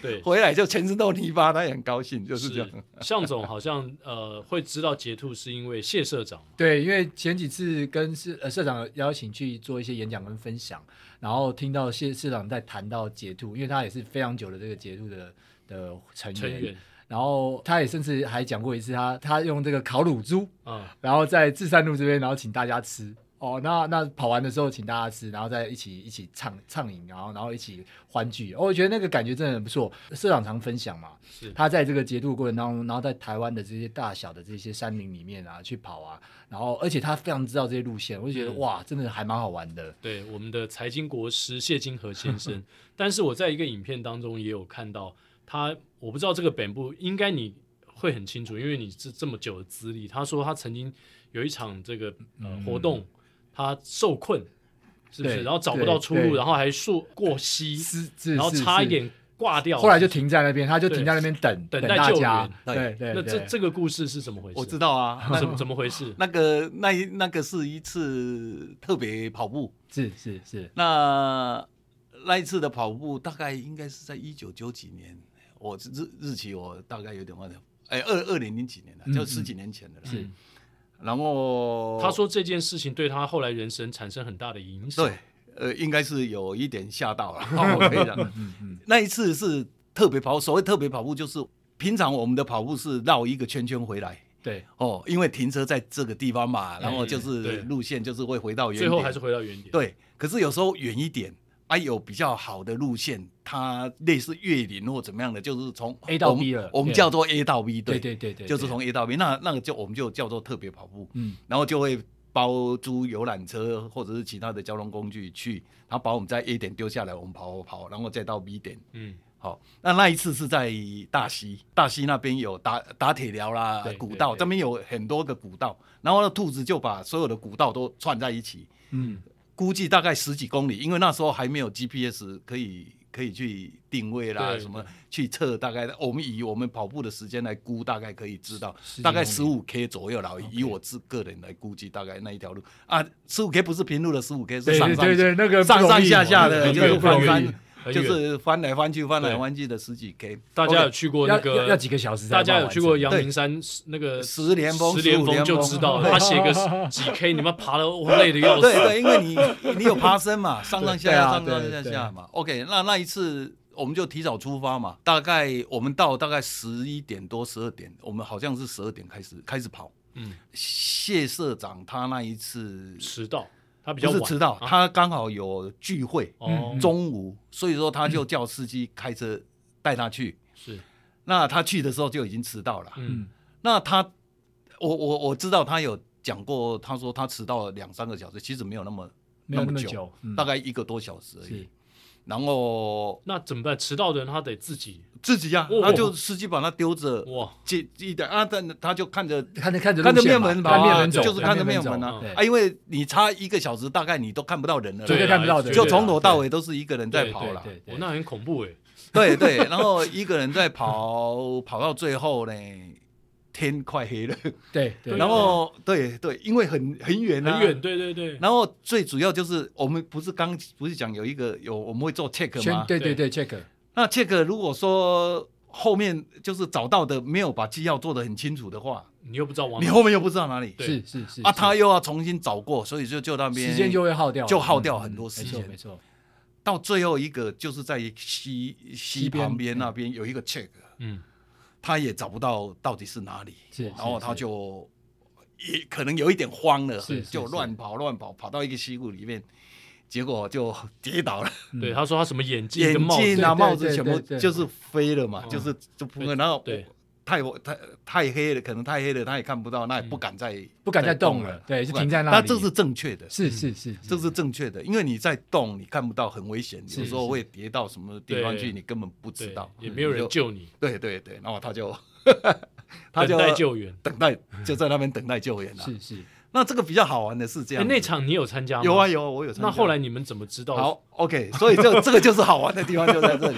Speaker 1: 对。
Speaker 3: 回来就全身都泥巴，他也很高兴，就是这样。
Speaker 1: 向总好像呃会知道捷兔是因为谢社长嘛，
Speaker 2: 对，因为前几次跟社呃社长邀请去做一些演讲跟分享，然后听到谢社长在谈到捷兔，因为他也是非常久的这个捷兔的的成员，
Speaker 1: 成员
Speaker 2: 然后他也甚至还讲过一次他他用这个烤乳猪，
Speaker 1: 啊，
Speaker 2: 然后在至善路这边，然后请大家吃。哦，那那跑完的时候请大家吃，然后再一起一起畅畅饮，然后然后一起欢聚。哦，我觉得那个感觉真的很不错。社长常分享嘛，
Speaker 1: 是
Speaker 2: 他在这个节度过程当中，然后在台湾的这些大小的这些山林里面啊去跑啊，然后而且他非常知道这些路线，我就觉得、
Speaker 1: 嗯
Speaker 2: 哇，真的还蛮好玩的。
Speaker 1: 对我们的财经国师谢金河先 生。但是我在一个影片当中也有看到他，我不知道这个本部应该你会很清楚，因为你是这么久的资历。他说他曾经有一场这个、呃、活动，他受困，是不是？
Speaker 2: 嗯对
Speaker 1: 然后找不
Speaker 2: 对
Speaker 1: 到出路，
Speaker 2: 对
Speaker 1: 然后还溯过溪，
Speaker 2: 是，是
Speaker 1: 然后
Speaker 2: 是
Speaker 1: 差一
Speaker 2: 是
Speaker 1: 点挂掉，
Speaker 2: 后来就停在那边，他就
Speaker 1: 对
Speaker 2: 停在那边等
Speaker 1: 等待
Speaker 2: 大
Speaker 1: 救
Speaker 2: 家
Speaker 1: 援。
Speaker 3: 对
Speaker 2: 对对，
Speaker 1: 那这
Speaker 2: 对
Speaker 1: 这个故事是怎么回事？
Speaker 3: 我知道 啊，
Speaker 1: 怎
Speaker 3: 那
Speaker 1: 么怎么回 事？
Speaker 3: 那个那一那个是一次特别跑步，
Speaker 2: 是是是
Speaker 3: 那那一次的跑步大概应该是在一九九几年，我日日期我大概有点忘了，哎，二二零零几年了，
Speaker 2: 嗯
Speaker 3: 就十几年前的了。
Speaker 2: 是，
Speaker 3: 然后
Speaker 1: 他说这件事情对他后来人生产生很大的影响。
Speaker 3: 对，呃，应该是有一点吓到了， 我可以讲，那一次是特别跑，所谓特别跑步就是平常我们的跑步是绕一个圈圈回来。
Speaker 2: 对
Speaker 3: 哦，因为停车在这个地方嘛，然后就
Speaker 1: 对
Speaker 3: 是路线就是会回到原
Speaker 1: 最
Speaker 3: 点，
Speaker 1: 后还是回到原点。，
Speaker 3: 对。可是有时候远一点，啊，有比较好的路线，它类似越岭或怎么样的，就是从
Speaker 2: A 到
Speaker 3: 我们
Speaker 2: B 了
Speaker 3: 我们
Speaker 2: 对
Speaker 3: 叫做 A 到 B，
Speaker 2: 对
Speaker 3: 对
Speaker 2: 对对对，
Speaker 3: 就是
Speaker 2: 对
Speaker 3: 从 A 到 B，那那个就我们就叫做特别跑步，
Speaker 2: 嗯
Speaker 3: 然后就会包租游览车或者是其他的交通工具去，然后把我们在 A 点丢下来，我们跑跑，然后再到 B 点，
Speaker 1: 嗯，
Speaker 3: 好，那那一次是在大溪，大溪那边有打打铁寮啦
Speaker 1: 对、
Speaker 3: 古
Speaker 1: 对
Speaker 3: 道，
Speaker 1: 对
Speaker 3: 这边有很多个古道，然后呢，兔子就把所有的古道都串在一起，
Speaker 2: 嗯
Speaker 3: 估计大概十几公里，因为那时候还没有 GPS 可以可以去定位啦，
Speaker 1: 对
Speaker 3: 什么去测大概，我们以我们跑步的时间来估，大概可以知道
Speaker 2: 十几公里
Speaker 3: 大概十五 K 左右啦。以我自个人来估计，大概那一条路啊，十五 K 不是平路的十五 K，是
Speaker 2: 对
Speaker 3: 上
Speaker 2: 对
Speaker 3: 上
Speaker 2: 对对，那个不
Speaker 3: 上
Speaker 2: 容
Speaker 3: 上
Speaker 2: 易
Speaker 3: 下下
Speaker 1: 很
Speaker 3: 的，
Speaker 1: 远
Speaker 3: 就是
Speaker 1: 很
Speaker 3: 翻
Speaker 1: 远
Speaker 3: 翻，
Speaker 1: 很
Speaker 3: 就
Speaker 1: 远
Speaker 3: 是翻来翻去、翻
Speaker 1: 对
Speaker 3: 来翻去的十几 K。
Speaker 1: 大家有去过那
Speaker 2: 要
Speaker 1: 个
Speaker 2: 要要几个小时才
Speaker 1: 大
Speaker 2: 有办法完成，
Speaker 1: 家有去过阳
Speaker 3: 对
Speaker 1: 明山那个
Speaker 3: 十连峰
Speaker 1: 十连
Speaker 3: 15连
Speaker 1: 就
Speaker 3: 峰
Speaker 1: 知 道了。他写个几 K，你们爬的累的要
Speaker 3: 对
Speaker 1: 死。
Speaker 3: 对，因为你你有爬 升嘛，上上下下、上
Speaker 2: 对啊
Speaker 3: 上下下嘛。OK，那那一次我们就提早出发嘛，大概我们到大概十一点多、十二点，我们好像是十二点开始开始跑。
Speaker 1: 嗯，
Speaker 3: 谢社长他那一次
Speaker 1: 迟到，他比较
Speaker 3: 不是
Speaker 1: 晚
Speaker 3: 迟嗯到，
Speaker 1: 啊
Speaker 3: 他刚好有聚会，
Speaker 2: 嗯
Speaker 1: 哦，
Speaker 3: 中午，所以说他就叫司机开车带他去。
Speaker 1: 是
Speaker 3: 那他去的时候就已经迟到了。
Speaker 1: 嗯
Speaker 3: 那他，我我我知道他有讲过，他说他迟到了两三个小时，其实没有那么
Speaker 2: 没有那么
Speaker 3: 久，
Speaker 2: 久嗯
Speaker 3: 大概一个多小时而
Speaker 2: 是
Speaker 3: 已。然后
Speaker 1: 那怎么办？迟到的人他得自己
Speaker 3: 自己呀、
Speaker 1: 哦
Speaker 3: 他就司机把他丢着，
Speaker 1: 哇，
Speaker 3: 记记得啊，但他就看着。
Speaker 2: 看着看着
Speaker 3: 看着
Speaker 2: 路线
Speaker 3: 面
Speaker 2: 嘛
Speaker 3: 门跑
Speaker 2: 看
Speaker 3: 啊，
Speaker 2: 面门走，
Speaker 3: 就是看着面门啊
Speaker 2: 走对
Speaker 3: 啊！因为你差一个小时，大概你都看不到人了啦，
Speaker 2: 绝对
Speaker 1: 啊
Speaker 2: 看不到的
Speaker 1: 绝
Speaker 3: 就
Speaker 1: 对啊
Speaker 3: 从头到
Speaker 1: 对
Speaker 3: 尾都是一个人在跑
Speaker 1: 对
Speaker 3: 了。
Speaker 2: 对对
Speaker 1: 哦，那很恐怖哎。
Speaker 3: 对对，然后一个人在跑，跑到最后呢，天快黑了，
Speaker 2: 对对，
Speaker 3: 然后对对，因为很很远、啊、
Speaker 1: 很远，。对对对，
Speaker 3: 然后最主要就是我们不是刚不是讲有一个有我们会做 check
Speaker 2: 宣
Speaker 3: 吗？
Speaker 2: 对对对，check，
Speaker 3: 那 check 如果说后面就是找到的没有把纪要做得很清楚的话，
Speaker 1: 你又不知道往
Speaker 3: 你
Speaker 1: 哪
Speaker 3: 后面又不知道哪里
Speaker 1: 对
Speaker 2: 是是是
Speaker 3: 啊，他又要重新找过，所以就就那边
Speaker 2: 时间就会耗掉，嗯
Speaker 3: 就耗掉很多时间
Speaker 2: 没错没错，
Speaker 3: 到最后一个就是在西西
Speaker 2: 边
Speaker 3: 旁边那边有一个 check，
Speaker 1: 嗯，
Speaker 3: 他也找不到到底是哪里，
Speaker 2: 是
Speaker 3: 然后
Speaker 2: 是
Speaker 3: 他
Speaker 2: 是
Speaker 3: 就也可能有一点慌了
Speaker 2: 是，是
Speaker 3: 就是乱跑乱跑，跑到一个溪谷里面，结果就跌倒了，
Speaker 2: 嗯
Speaker 1: 对，他说他什么眼镜
Speaker 3: 嗯眼
Speaker 1: 跟帽子
Speaker 2: 对
Speaker 3: 镜啊
Speaker 2: 对
Speaker 3: 帽子
Speaker 2: 对
Speaker 3: 全部
Speaker 2: 对对
Speaker 3: 就是飞了嘛，
Speaker 1: 嗯
Speaker 3: 就是就扑了，然后
Speaker 1: 对
Speaker 3: 太太太黑了，可能太黑了，他也看不到，那也不敢再
Speaker 2: 嗯不敢再动了
Speaker 3: 了，
Speaker 2: 对就
Speaker 3: 不敢
Speaker 2: 停在那
Speaker 3: 那
Speaker 2: 里
Speaker 3: 这是正确的，
Speaker 2: 是是是，
Speaker 3: 这是正确的，因为你在动，你看不到，很危险，有时候会跌到什么地方
Speaker 1: 对
Speaker 3: 去，你根本不知
Speaker 1: 对
Speaker 3: 道，，嗯
Speaker 1: 也没有人
Speaker 3: 你就。
Speaker 1: 救你，
Speaker 3: 对对对，然后他就 他
Speaker 1: 等
Speaker 3: 就
Speaker 1: 待救援。
Speaker 3: 等待，就在那边等待救援了、啊
Speaker 2: 是是，
Speaker 3: 那这个比较好玩的是这
Speaker 1: 哎，
Speaker 3: 样子，
Speaker 1: 那场你有参加吗？
Speaker 3: 有啊。有啊，我有参加。
Speaker 1: 那后来你们怎么知道？
Speaker 3: 好 OK，所以这这个就是好玩的地方就在这里。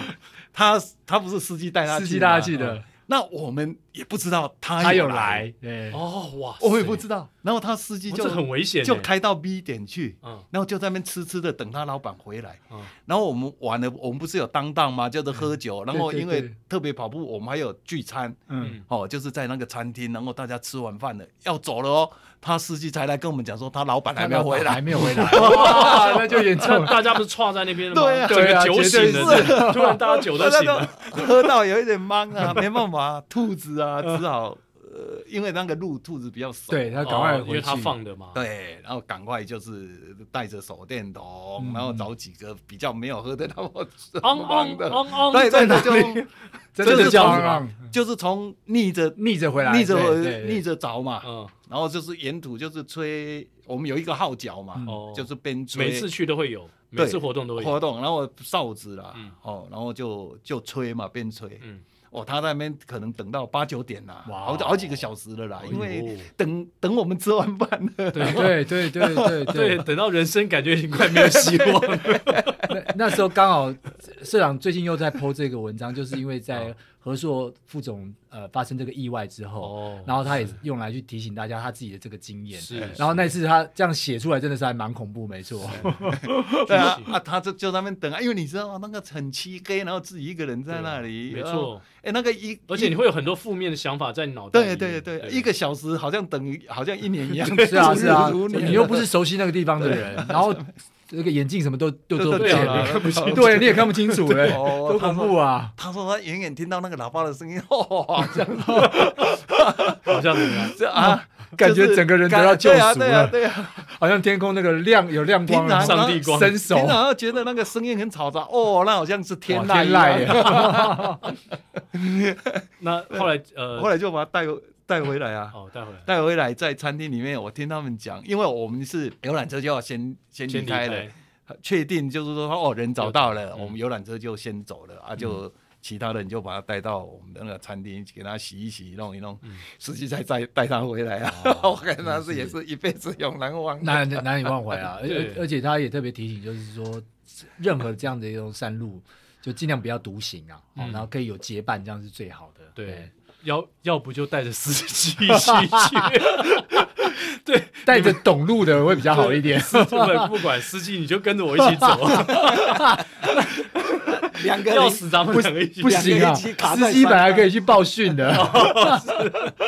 Speaker 3: 他他不是司机带他去
Speaker 2: 司
Speaker 3: 吗，
Speaker 2: 机大家记得
Speaker 3: 那我们也不知道他
Speaker 2: 他有
Speaker 3: 有
Speaker 2: 来，，对，
Speaker 1: 哦，哇，
Speaker 3: 我也不知道。然后他司机
Speaker 1: 哇
Speaker 3: 就
Speaker 1: 这很危险欸
Speaker 3: 就开到 B 点去，
Speaker 1: 嗯
Speaker 3: 然后就在那边痴痴的等他老板回来。
Speaker 1: 嗯
Speaker 3: 然后我们玩了，我们不是有当当吗？就是喝酒，然后
Speaker 2: 对对
Speaker 3: 因为
Speaker 2: 对
Speaker 3: 特别跑步，我们还有聚餐，
Speaker 1: 嗯
Speaker 2: 嗯，
Speaker 3: 哦，就是在那个餐厅，然后大家吃完饭了要走了哦，他司机才来跟我们讲说他老板啊还没有回
Speaker 2: 还
Speaker 3: 来，
Speaker 2: 没有回来，哇，那 就严重
Speaker 1: 那
Speaker 2: 了，
Speaker 1: 大家不是歘在那边了吗？
Speaker 3: 对啊
Speaker 1: 整
Speaker 2: 对
Speaker 1: 个
Speaker 2: 啊
Speaker 1: 酒
Speaker 2: 绝
Speaker 1: 醒
Speaker 2: 对是
Speaker 1: 了， 突然大家酒都
Speaker 3: 大家
Speaker 1: 醒
Speaker 3: 都
Speaker 1: 了。
Speaker 3: 喝到有一点懵啊， 没办法，兔子啊，只好呃，因为那个路兔子比较 熟，
Speaker 2: 对他赶
Speaker 1: 哦
Speaker 2: 快
Speaker 1: 因
Speaker 2: 回
Speaker 1: 为他
Speaker 2: 去，
Speaker 1: 放的嘛。
Speaker 3: 对，然后赶快就是带着手电筒，
Speaker 2: 嗯
Speaker 3: 然后找几个比较没有喝的那么
Speaker 1: 昂
Speaker 3: 忙
Speaker 1: 昂
Speaker 2: 嗯
Speaker 3: 的，
Speaker 1: 昂昂，
Speaker 3: 对对
Speaker 2: 在哪
Speaker 3: 对，
Speaker 2: 真
Speaker 3: 就
Speaker 2: 的
Speaker 3: 是
Speaker 2: 是这
Speaker 3: 从
Speaker 2: 样，
Speaker 3: 就是从逆着
Speaker 2: 逆着回来，
Speaker 3: 逆着
Speaker 2: 对
Speaker 3: 回
Speaker 2: 对对
Speaker 3: 逆着找嘛，
Speaker 1: 嗯，
Speaker 3: 然后就是沿途就是吹，我们有一个号角嘛，
Speaker 2: 嗯
Speaker 1: 哦，
Speaker 3: 就是边吹
Speaker 1: 每次去都会有，每
Speaker 3: 对
Speaker 1: 次活动都会
Speaker 3: 活
Speaker 1: 有。
Speaker 3: 动，然后哨子啦，
Speaker 1: 嗯
Speaker 3: 哦，然后就就吹嘛，边吹。
Speaker 1: 嗯，
Speaker 3: 哦，他在那边可能等到八九点啦，
Speaker 2: 哇
Speaker 3: 好好几个小时了啦，
Speaker 1: 哎呦
Speaker 3: 因为等等我们吃完饭
Speaker 2: 对
Speaker 3: 了，
Speaker 2: 对对对对
Speaker 1: 对，等到人生感觉已经快没有 希望了。
Speaker 2: 那那时候刚好社长最近又在 PO 这个文章，就是因为在何硕副总呃发生这个意外之后，
Speaker 1: 哦
Speaker 2: 然后他也用来去提醒大家他自己的这个经验。
Speaker 1: 是，
Speaker 2: 然后那次他这样写出来，真的是还蛮恐怖，没错。
Speaker 3: 对啊，啊，他就就在那边等啊，因为你知道那个很漆黑，然后自己一个人在那里，
Speaker 1: 没
Speaker 3: 然后，
Speaker 1: 错，
Speaker 3: 哎，那个一，
Speaker 1: 而且
Speaker 3: 一
Speaker 1: 你会有很多负面的想法在你脑袋里
Speaker 3: 对
Speaker 1: 面。
Speaker 3: 对对，一个小时好像等于好像一年一样
Speaker 2: ，是啊是啊，
Speaker 3: 度日 如年
Speaker 2: 你又不是熟悉那个地方的人，然后这个眼镜什么都都
Speaker 3: 都
Speaker 2: 都哦不
Speaker 3: 对
Speaker 2: 见
Speaker 1: 啊
Speaker 2: 了，
Speaker 1: 看 不清
Speaker 2: 对，你也看不清 楚嘞，
Speaker 3: 哦
Speaker 2: 多恐怖啊！
Speaker 3: 他说他远远听到那个喇叭的声音， 哦，这样
Speaker 1: 好像怎 么样？
Speaker 3: 子啊，
Speaker 2: 感觉
Speaker 3: 就是
Speaker 2: 整个人得到救赎了
Speaker 3: 对啊，对啊，对啊。
Speaker 2: 好像天空那个亮有亮光
Speaker 3: 平常
Speaker 1: 上帝光
Speaker 2: 伸手
Speaker 3: 平，常觉得那个声音很嘈杂，哦，那好像是天
Speaker 2: 哇哦
Speaker 3: 籁
Speaker 2: 天
Speaker 3: 一样
Speaker 2: 籁啊耶！
Speaker 1: 那后来呃，
Speaker 3: 后来就把他带回带回来啊，
Speaker 1: 哦，带回来。
Speaker 3: 带回来在餐厅里面，我听他们讲，因为我们是游览车就要先先
Speaker 1: 先
Speaker 3: 离
Speaker 1: 离
Speaker 3: 开了，
Speaker 1: 开，
Speaker 3: 确定就是说哦人找到了，
Speaker 1: 嗯
Speaker 3: 我们游览车就先走了
Speaker 2: 嗯
Speaker 3: 啊，就其他人就把他带到我们的那个餐厅，给他洗一洗，弄一弄，
Speaker 2: 嗯
Speaker 3: 司机再再带他回来啊，
Speaker 2: 哦
Speaker 3: 我看他是也是一辈子永难忘的。
Speaker 2: 难难以忘怀 啊！而
Speaker 1: 对
Speaker 2: 而而且他也特别提醒，就是说，任何这样的一种山路，就尽量不要独行啊，哦
Speaker 1: 嗯
Speaker 2: 然后可以有结伴，这样是最好的。
Speaker 1: 对，，要要不就带着司机 一起去，对，
Speaker 2: 带着懂路的会比较好一 点。
Speaker 1: 司不管不管司机，你就跟着我一起 走，
Speaker 3: 两个
Speaker 1: 要死咱们两个一起
Speaker 2: 不行啊，
Speaker 3: 两个一起卡在
Speaker 2: 司机本来可以去报讯的。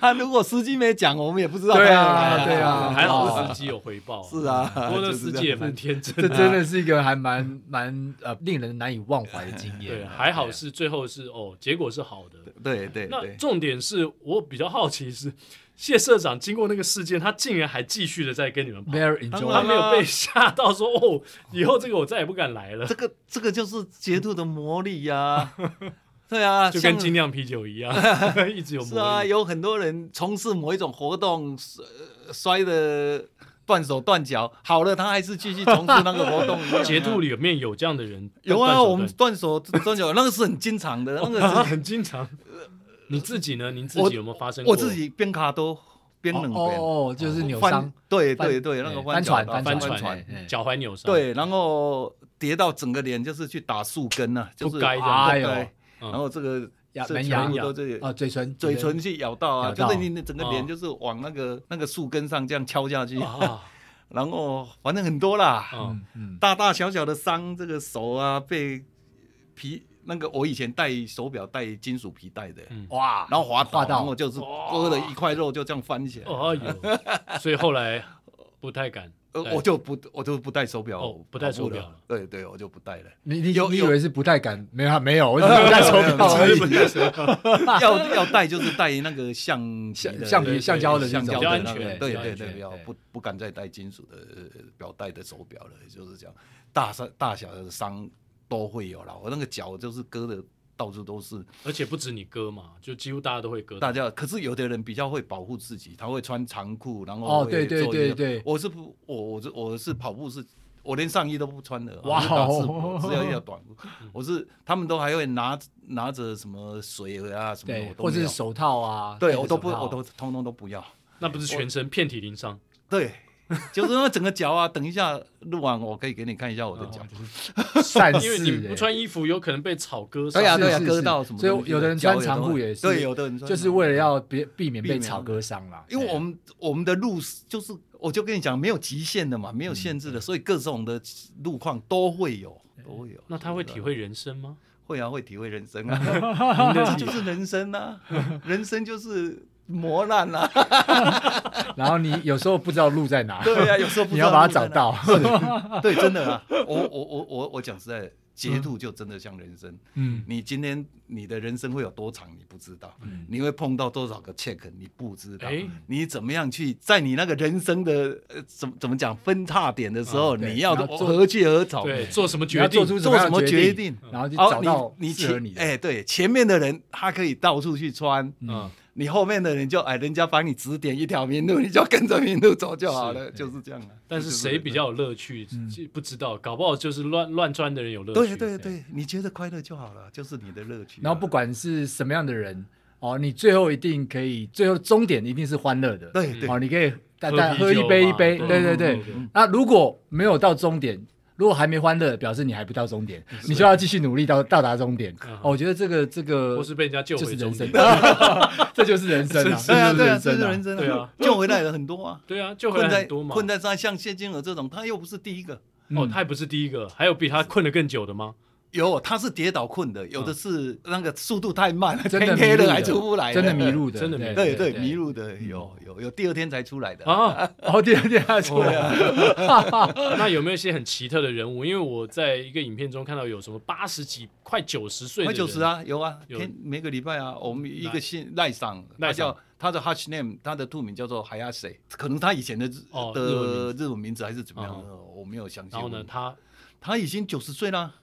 Speaker 3: 他如果司机没讲，我们也不知道他有
Speaker 2: 对
Speaker 3: 来。哦
Speaker 2: 啊，对啊，
Speaker 1: 还好司机有回报，
Speaker 3: 是啊，
Speaker 1: 不过那
Speaker 3: 就是
Speaker 1: 司
Speaker 3: 这
Speaker 1: 机也
Speaker 3: 样
Speaker 1: 蛮天真
Speaker 2: 这
Speaker 1: 的。
Speaker 2: 真的是一个还蛮蛮呃令人难以忘怀的经验。啊
Speaker 1: 对，还好是最后是哦，结果是好的。
Speaker 3: 对对
Speaker 1: 那
Speaker 3: 对，
Speaker 1: 重点是我比较好奇是，谢社长经过那个事件，他竟然还继续的在跟你们跑，
Speaker 2: ，very
Speaker 3: 当
Speaker 1: 他
Speaker 3: 然
Speaker 2: enjoy。
Speaker 1: 没有啊被吓到说哦，以后这个我再也不敢来了
Speaker 3: 这，个这个就是截图的魔力呀、 对啊，
Speaker 1: 就跟
Speaker 3: 像
Speaker 1: 精酿啤酒一 样，一直有
Speaker 3: 是啊，
Speaker 1: 魔力。
Speaker 3: 有很多人从事某一种活动，呃摔的断手断脚，好了，他还是继续从事那个活动一 样啊。
Speaker 1: 节度里面有这样的人，
Speaker 3: 有
Speaker 1: 断
Speaker 3: 啊，
Speaker 1: 手断
Speaker 3: 我们断手断脚那个是很经常的，那个
Speaker 1: 啊
Speaker 3: 是
Speaker 1: 很经常。你自己呢？您自
Speaker 3: 我
Speaker 1: 己有没有发生过？
Speaker 3: 我自己边卡都边
Speaker 2: 哦
Speaker 3: 冷边
Speaker 2: 哦哦，就是扭
Speaker 3: 翻
Speaker 2: 伤，
Speaker 3: 对
Speaker 2: 翻
Speaker 3: 对对，那个
Speaker 2: 帆
Speaker 3: 脚
Speaker 2: 船
Speaker 3: 到
Speaker 1: 帆
Speaker 2: 帆
Speaker 1: 船欸嗯
Speaker 2: 船哎哎
Speaker 1: 脚踝扭伤，，
Speaker 3: 对，然后跌到整个脸就是去打树根啊，就是
Speaker 1: 不该的
Speaker 2: 哎
Speaker 3: 对
Speaker 2: 呦，
Speaker 1: 嗯
Speaker 3: 然后这个
Speaker 2: 牙
Speaker 3: 这
Speaker 2: 门
Speaker 3: 全
Speaker 2: 牙
Speaker 3: 部都是
Speaker 2: 啊，嘴唇
Speaker 3: 嘴唇去咬到啊，
Speaker 2: 咬到
Speaker 3: 就是你你整个
Speaker 1: 哦
Speaker 3: 脸就是往那个那个树根上这样敲下去，
Speaker 2: 哦
Speaker 1: 啊，
Speaker 3: 然后反正很多啦，
Speaker 1: 嗯，
Speaker 2: 嗯，
Speaker 3: 大大小小的伤，这个手啊被皮那个我以前戴手表戴金属皮带的，
Speaker 1: 嗯
Speaker 2: 哇，
Speaker 3: 然后滑
Speaker 2: 滑
Speaker 3: 倒，
Speaker 2: 倒
Speaker 3: 然后就是割了一块肉就这样 翻起来，
Speaker 1: 哦有，所以后来不太敢，
Speaker 3: 呃
Speaker 1: 对
Speaker 3: 我就不我就不戴手表
Speaker 1: 哦
Speaker 3: 跑步了，
Speaker 1: 不戴手表了
Speaker 3: 对对，我就不戴了。
Speaker 4: 你你
Speaker 3: 有
Speaker 4: 你以
Speaker 3: 有
Speaker 4: 为是不太敢？没有啊没有，我只 是不戴手表而已。
Speaker 3: 要要戴就是戴那个橡皮的
Speaker 2: 橡橡皮橡胶的那
Speaker 3: 橡
Speaker 2: 种
Speaker 3: 胶
Speaker 1: 比较
Speaker 3: 的
Speaker 1: 安
Speaker 3: 那
Speaker 1: 全
Speaker 3: 个
Speaker 1: 比
Speaker 3: 对
Speaker 1: 较
Speaker 3: 对
Speaker 1: 安
Speaker 3: 对，
Speaker 1: 全
Speaker 3: 不要
Speaker 2: 对
Speaker 3: 不不敢再戴金属的呃表带的手表了，就是这样，大伤大小的伤都会有啦。我那个脚就是割的到处都是，
Speaker 1: 而且不止你割嘛，就几乎大家都会割，
Speaker 3: 大家可是有的人比较会保护自己，他会穿长裤，然后
Speaker 2: 哦
Speaker 3: 会
Speaker 2: 对对
Speaker 3: 做一
Speaker 2: 对
Speaker 3: 些
Speaker 2: 对
Speaker 3: 我是不我我是我是跑步是。我连上衣都不穿的，
Speaker 2: 哇
Speaker 3: 哇，打字
Speaker 2: 哦
Speaker 3: 幕只有一条短裤。我是他们都还会拿拿着什么水啊什么的，
Speaker 2: 对
Speaker 3: 我，都
Speaker 2: 或者
Speaker 3: 没
Speaker 2: 是
Speaker 3: 有
Speaker 2: 手套啊，
Speaker 3: 对
Speaker 2: 戴个
Speaker 3: 我都不
Speaker 2: 手套
Speaker 3: 我都通通都不要。
Speaker 1: 那不是全身遍体鳞伤，
Speaker 3: 对， 就是那整个脚啊。等一下录完，我可以给你看一下我的
Speaker 2: 哦
Speaker 3: 脚。
Speaker 2: 善
Speaker 1: 因
Speaker 2: 事
Speaker 1: 为
Speaker 2: 欸，
Speaker 1: 你不穿衣服有可能被草割伤，
Speaker 3: 对呀、
Speaker 2: 是
Speaker 3: 对呀、
Speaker 2: 是
Speaker 3: 割
Speaker 2: 是
Speaker 3: 到什么
Speaker 2: 所
Speaker 3: 东西的？
Speaker 2: 以有的人
Speaker 3: 脚
Speaker 2: 穿长裤也是
Speaker 3: 对，有的人穿
Speaker 2: 就是
Speaker 3: 长裤
Speaker 2: 为了，要别避免
Speaker 3: 避
Speaker 2: 被
Speaker 3: 免啊
Speaker 2: 草割伤啦，
Speaker 3: 因为
Speaker 2: 对
Speaker 3: 我们我们的路是就是，我就跟你讲，没有极限的嘛，没
Speaker 2: 嗯
Speaker 3: 有限制的，所以各种的路况都会有，都会有。
Speaker 1: 那他会
Speaker 3: 对
Speaker 1: 体会人生吗？
Speaker 3: 会啊，会体会人生
Speaker 2: 哎
Speaker 3: 啊，这就是人生啊，人生就是磨难啊。
Speaker 2: 然后你有时候不知道路在哪，
Speaker 3: 对啊，有时候不
Speaker 2: 你
Speaker 3: 知道
Speaker 2: 要把
Speaker 3: 路
Speaker 2: 它找
Speaker 3: 在哪
Speaker 2: 到，
Speaker 3: 对，真的啊，我我我我我讲实在的，截图就真的像人生。
Speaker 2: 嗯，
Speaker 3: 你今天你的人生会有多长，你不知道；你会碰到多少个 check，你不知道。
Speaker 1: 哎
Speaker 3: 你怎么样去在你那个人生的呃怎么怎么讲分叉点的时候，
Speaker 2: 啊对
Speaker 3: 你要
Speaker 2: 你要做
Speaker 3: 何去何从？
Speaker 1: 对，做什么
Speaker 2: 你要
Speaker 1: 决定
Speaker 2: 做？出
Speaker 3: 做什
Speaker 2: 样的
Speaker 3: 么
Speaker 2: 决
Speaker 3: 决定
Speaker 2: 然后就
Speaker 3: 哦
Speaker 2: 找到
Speaker 3: 你你
Speaker 2: 适合
Speaker 3: 前
Speaker 2: 你的，
Speaker 3: 哎，对，前面的人他可以到处去穿，
Speaker 1: 嗯，
Speaker 3: 你后面的人就哎，人家帮你指点一条明路，你就跟着明路走就好了，就是这样了。
Speaker 1: 但是谁
Speaker 2: 嗯
Speaker 1: 比较有乐趣？不知道，搞不好就是乱乱穿的人有乐
Speaker 3: 对
Speaker 1: 趣。
Speaker 3: 对对，你觉得快乐就好了，就是你的乐趣啊。
Speaker 2: 然后不管是什么样的人，哦，你最后一定可以，最后终点一定是欢乐的，
Speaker 3: 对对
Speaker 2: 哦，你可以大
Speaker 1: 喝
Speaker 2: 家
Speaker 1: 啤
Speaker 2: 喝一
Speaker 1: 酒
Speaker 2: 杯一
Speaker 1: 嘛
Speaker 2: 杯，
Speaker 1: 对
Speaker 2: 对对
Speaker 1: 嗯
Speaker 2: 对
Speaker 1: 嗯嗯。
Speaker 2: 那如果没有到终点，如果还没欢乐，表示你还不到终点，你就要继续努力到到达终点。哦，我觉得这个这个
Speaker 1: 嗯或是被人家救
Speaker 2: 就
Speaker 1: 回
Speaker 2: 是
Speaker 1: 终
Speaker 2: 人生
Speaker 1: 点。，
Speaker 2: 这就是人生啊，
Speaker 3: 对啊
Speaker 2: 这就是
Speaker 3: 对啊，
Speaker 2: 人
Speaker 3: 这
Speaker 2: 生
Speaker 3: 是人生
Speaker 1: 对 啊，
Speaker 3: 救回来的很多啊。
Speaker 1: 对啊，救回
Speaker 3: 困
Speaker 1: 来
Speaker 3: 在
Speaker 1: 很多嘛。
Speaker 3: 困在山，像谢金娥这种，他又不是第一个，
Speaker 2: 嗯
Speaker 1: 哦，他还不是第一个，还有比他困得更久的吗？
Speaker 3: 有他是跌倒困的，有的是那个速度太慢了，
Speaker 2: 真
Speaker 3: 天
Speaker 2: 的迷
Speaker 3: 黑
Speaker 2: 路
Speaker 3: 了
Speaker 2: 的
Speaker 3: 还出不来，
Speaker 2: 真的迷。路的，
Speaker 1: 真的迷路
Speaker 3: 对对，迷。路的有有有，第二天才出来的。
Speaker 1: 啊，
Speaker 2: 然后第二天他出来，
Speaker 3: 啊
Speaker 1: 那有没有一些很奇特的人物？因为我在一个影片中看到有什么八十几、快九十岁的
Speaker 3: 快
Speaker 1: 人，
Speaker 3: 九十啊，有啊，
Speaker 1: 有
Speaker 3: 天每个礼拜啊，我们一个姓赖桑，
Speaker 1: 赖
Speaker 3: 他叫
Speaker 1: 桑
Speaker 3: 他的 h u s h name，他的兔名叫做海亚谁，可能他以前的日
Speaker 1: 哦日文
Speaker 3: 的
Speaker 1: 名
Speaker 3: 日文名字还是怎么样
Speaker 1: 嗯
Speaker 3: 的，我没有详细
Speaker 1: 然后呢，
Speaker 3: 问。
Speaker 1: 他
Speaker 3: 他已经九十岁了。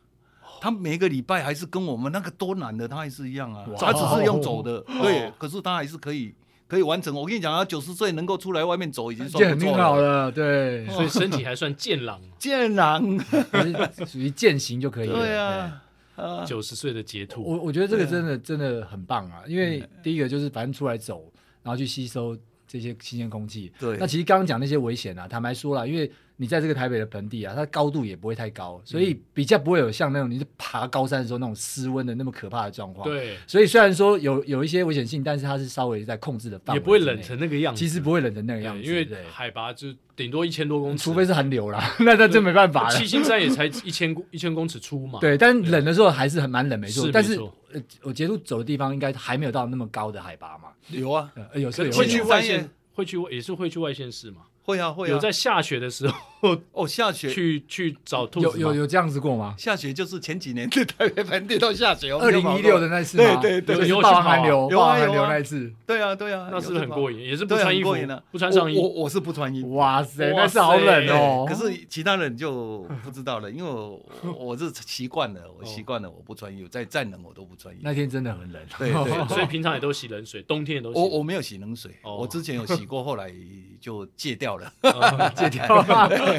Speaker 3: 他每个礼拜还是跟我们那个多难的，他还是一样啊。他只是用走的，
Speaker 1: 哦
Speaker 3: 对，可是他还是可以可以完成。我跟你讲，他九十岁能够出来外面走，已经
Speaker 2: 这
Speaker 3: 算
Speaker 2: 很
Speaker 3: 不
Speaker 2: 挺
Speaker 3: 错
Speaker 2: 好
Speaker 1: 哦
Speaker 3: 了。
Speaker 2: 了，对，
Speaker 1: 所以身体还算健 朗，
Speaker 3: 健朗，
Speaker 2: 就是属于践行
Speaker 1: 哎
Speaker 2: 就可以了。
Speaker 3: 对啊，啊，
Speaker 1: 九十岁的截图，
Speaker 2: 我我觉得这
Speaker 1: 啊
Speaker 2: 个真的真的很棒啊，因
Speaker 1: 嗯
Speaker 2: 为第一个就是反正出来走，然后去吸收这些新鲜空气。
Speaker 3: 对
Speaker 2: 那其实刚刚讲那些危险啊，坦白说了，因为你在这个台北的盆地啊，它高度也不会太高，所
Speaker 1: 嗯
Speaker 2: 以比较不会有像那种你是爬高山的时候那种失温的那么可怕的状况。。
Speaker 1: 对，
Speaker 2: 所以虽然说有有一些危险性，但是它是稍微在控制的范
Speaker 1: 也
Speaker 2: 围之内，
Speaker 1: 不会冷成那个样子。
Speaker 2: 其实不会冷成那个
Speaker 1: 对
Speaker 2: 样子，
Speaker 1: 因
Speaker 2: 对
Speaker 1: 为海拔就顶多一千多公尺，
Speaker 2: 除非是寒流啦，那那真没办法了。
Speaker 1: 七星山也才一千 一千公尺出嘛。
Speaker 2: 对，但冷的时候还是很蛮冷，没错。
Speaker 1: 啊是
Speaker 2: 但
Speaker 1: 没
Speaker 2: 是
Speaker 1: 错
Speaker 2: 呃，我结束走的地方应该还没有到那么高的海拔嘛，
Speaker 3: 有啊，
Speaker 2: 呃，有时
Speaker 1: 可是
Speaker 2: 候
Speaker 1: 会
Speaker 2: 有一
Speaker 1: 去
Speaker 2: 点
Speaker 3: 有
Speaker 1: 外
Speaker 3: 山
Speaker 1: 县
Speaker 3: 也，
Speaker 1: 会去也是会去外县市嘛？
Speaker 3: 会啊，会
Speaker 1: 有
Speaker 3: 啊。
Speaker 1: 在下雪的时候
Speaker 3: 哦，下雪，
Speaker 1: 去去找兔
Speaker 2: 有
Speaker 1: 子
Speaker 2: 有
Speaker 1: 吗？
Speaker 2: 有这样子过吗？
Speaker 3: 下雪就是前几年的台北盆地到下雪，我
Speaker 2: 二
Speaker 3: 们就
Speaker 2: 零
Speaker 3: 跑
Speaker 2: 一
Speaker 3: 过
Speaker 2: 六的，那次吗？
Speaker 3: 对对对
Speaker 2: 就是
Speaker 1: 有
Speaker 2: 霸
Speaker 1: 去
Speaker 2: 王
Speaker 1: 跑啊
Speaker 2: 寒流，
Speaker 3: 有
Speaker 2: 霸
Speaker 3: 啊
Speaker 2: 王寒
Speaker 3: 有
Speaker 2: 流
Speaker 3: 啊
Speaker 2: 那一次，
Speaker 3: 对啊，对啊，
Speaker 1: 那是不是很过
Speaker 3: 瘾？
Speaker 1: 瘾？也是不
Speaker 3: 对啊，
Speaker 1: 穿衣
Speaker 3: 很
Speaker 1: 服
Speaker 3: 过瘾啊，
Speaker 1: 不穿上衣
Speaker 3: 我我我是不穿衣服，
Speaker 2: 哇塞，
Speaker 1: 哇
Speaker 2: 那次好冷
Speaker 1: 塞
Speaker 2: 哦。
Speaker 3: 可是其他人就不知道了，因为我我我是习惯了，
Speaker 1: 哦
Speaker 3: 我习惯了，我不穿衣服，再再冷我都不穿衣服。
Speaker 2: 那天真的很 冷，
Speaker 3: 对对对
Speaker 1: 所以平常也都洗冷水，冬天也都洗。
Speaker 3: 我我没有洗冷水，
Speaker 1: 哦
Speaker 3: 我之前有洗过，后来就戒 掉了。
Speaker 1: 啊
Speaker 2: 戒掉了。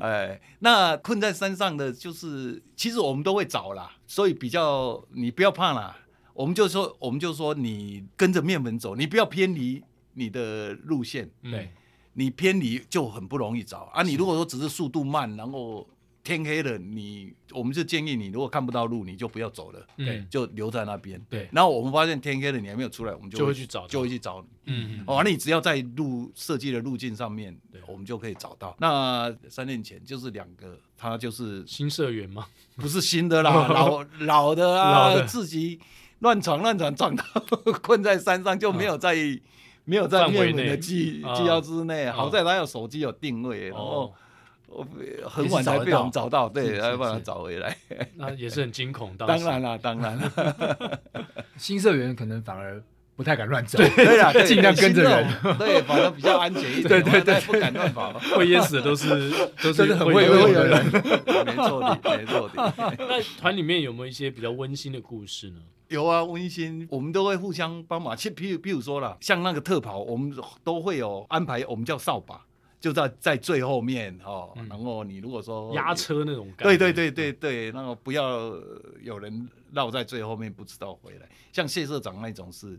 Speaker 3: 哎，那困在山上的就是，其实我们都会找啦，所以比较你不要怕啦。我们就说，我们就说你跟着面粉走，你不要偏离你的路线，
Speaker 1: 对，
Speaker 3: 你偏离就很不容易找啊。你如果说只是速度慢，然后天黑了，你我们就建议你，如果看不到路，你就不要走了，
Speaker 1: 对
Speaker 3: 就留在那边。
Speaker 1: 对
Speaker 3: 然后我们发现天黑了，你还没有出来，我们就
Speaker 1: 就会去找
Speaker 3: 就会去找你。
Speaker 1: 嗯，嗯
Speaker 3: 哦，那你只要在路设计的路径上面，我们就可以找到。那三年前就是两个，他就是
Speaker 1: 新社员嘛，
Speaker 3: 不是新的啦，老老的啊，
Speaker 1: 老的
Speaker 3: 自己乱闯乱闯，闯到困在山上就没有在、没有在
Speaker 1: 范围
Speaker 3: 面粉的
Speaker 1: 内
Speaker 3: 计
Speaker 1: 啊
Speaker 3: 计要之内。
Speaker 1: 啊
Speaker 3: 好在他有手机有定位，然后
Speaker 1: 哦，
Speaker 3: 我很晚才被我们找到，对，
Speaker 2: 是
Speaker 3: 才把他
Speaker 2: 是
Speaker 3: 找回来。
Speaker 1: 那也是很惊恐，当
Speaker 3: 当
Speaker 1: 时
Speaker 3: 然啦，当然啦，
Speaker 2: 新社员可能反而不太敢乱走，
Speaker 3: 对啦，对
Speaker 2: 尽量跟着人，
Speaker 3: 新的对，反而比较安全一点，
Speaker 2: 对对
Speaker 3: 对，不敢乱跑。
Speaker 1: 会淹死的都 是都
Speaker 2: 真
Speaker 1: 是
Speaker 2: 的很会游泳的人。
Speaker 3: 没错的，没错的。
Speaker 1: 那团里面有没有一些比较温馨的故事呢？
Speaker 3: 有啊，温馨，我们都会互相帮忙。其譬如譬如说啦，像那个特跑，我们都会有安排，我们叫扫把，就在在最后面哦。
Speaker 1: 嗯
Speaker 3: 然后你如果说
Speaker 1: 压，车那种感觉，
Speaker 3: 哦对
Speaker 1: 嗯
Speaker 3: 对对对对，那个不要呃有人绕在最后面不知道回来。像谢社长那种是，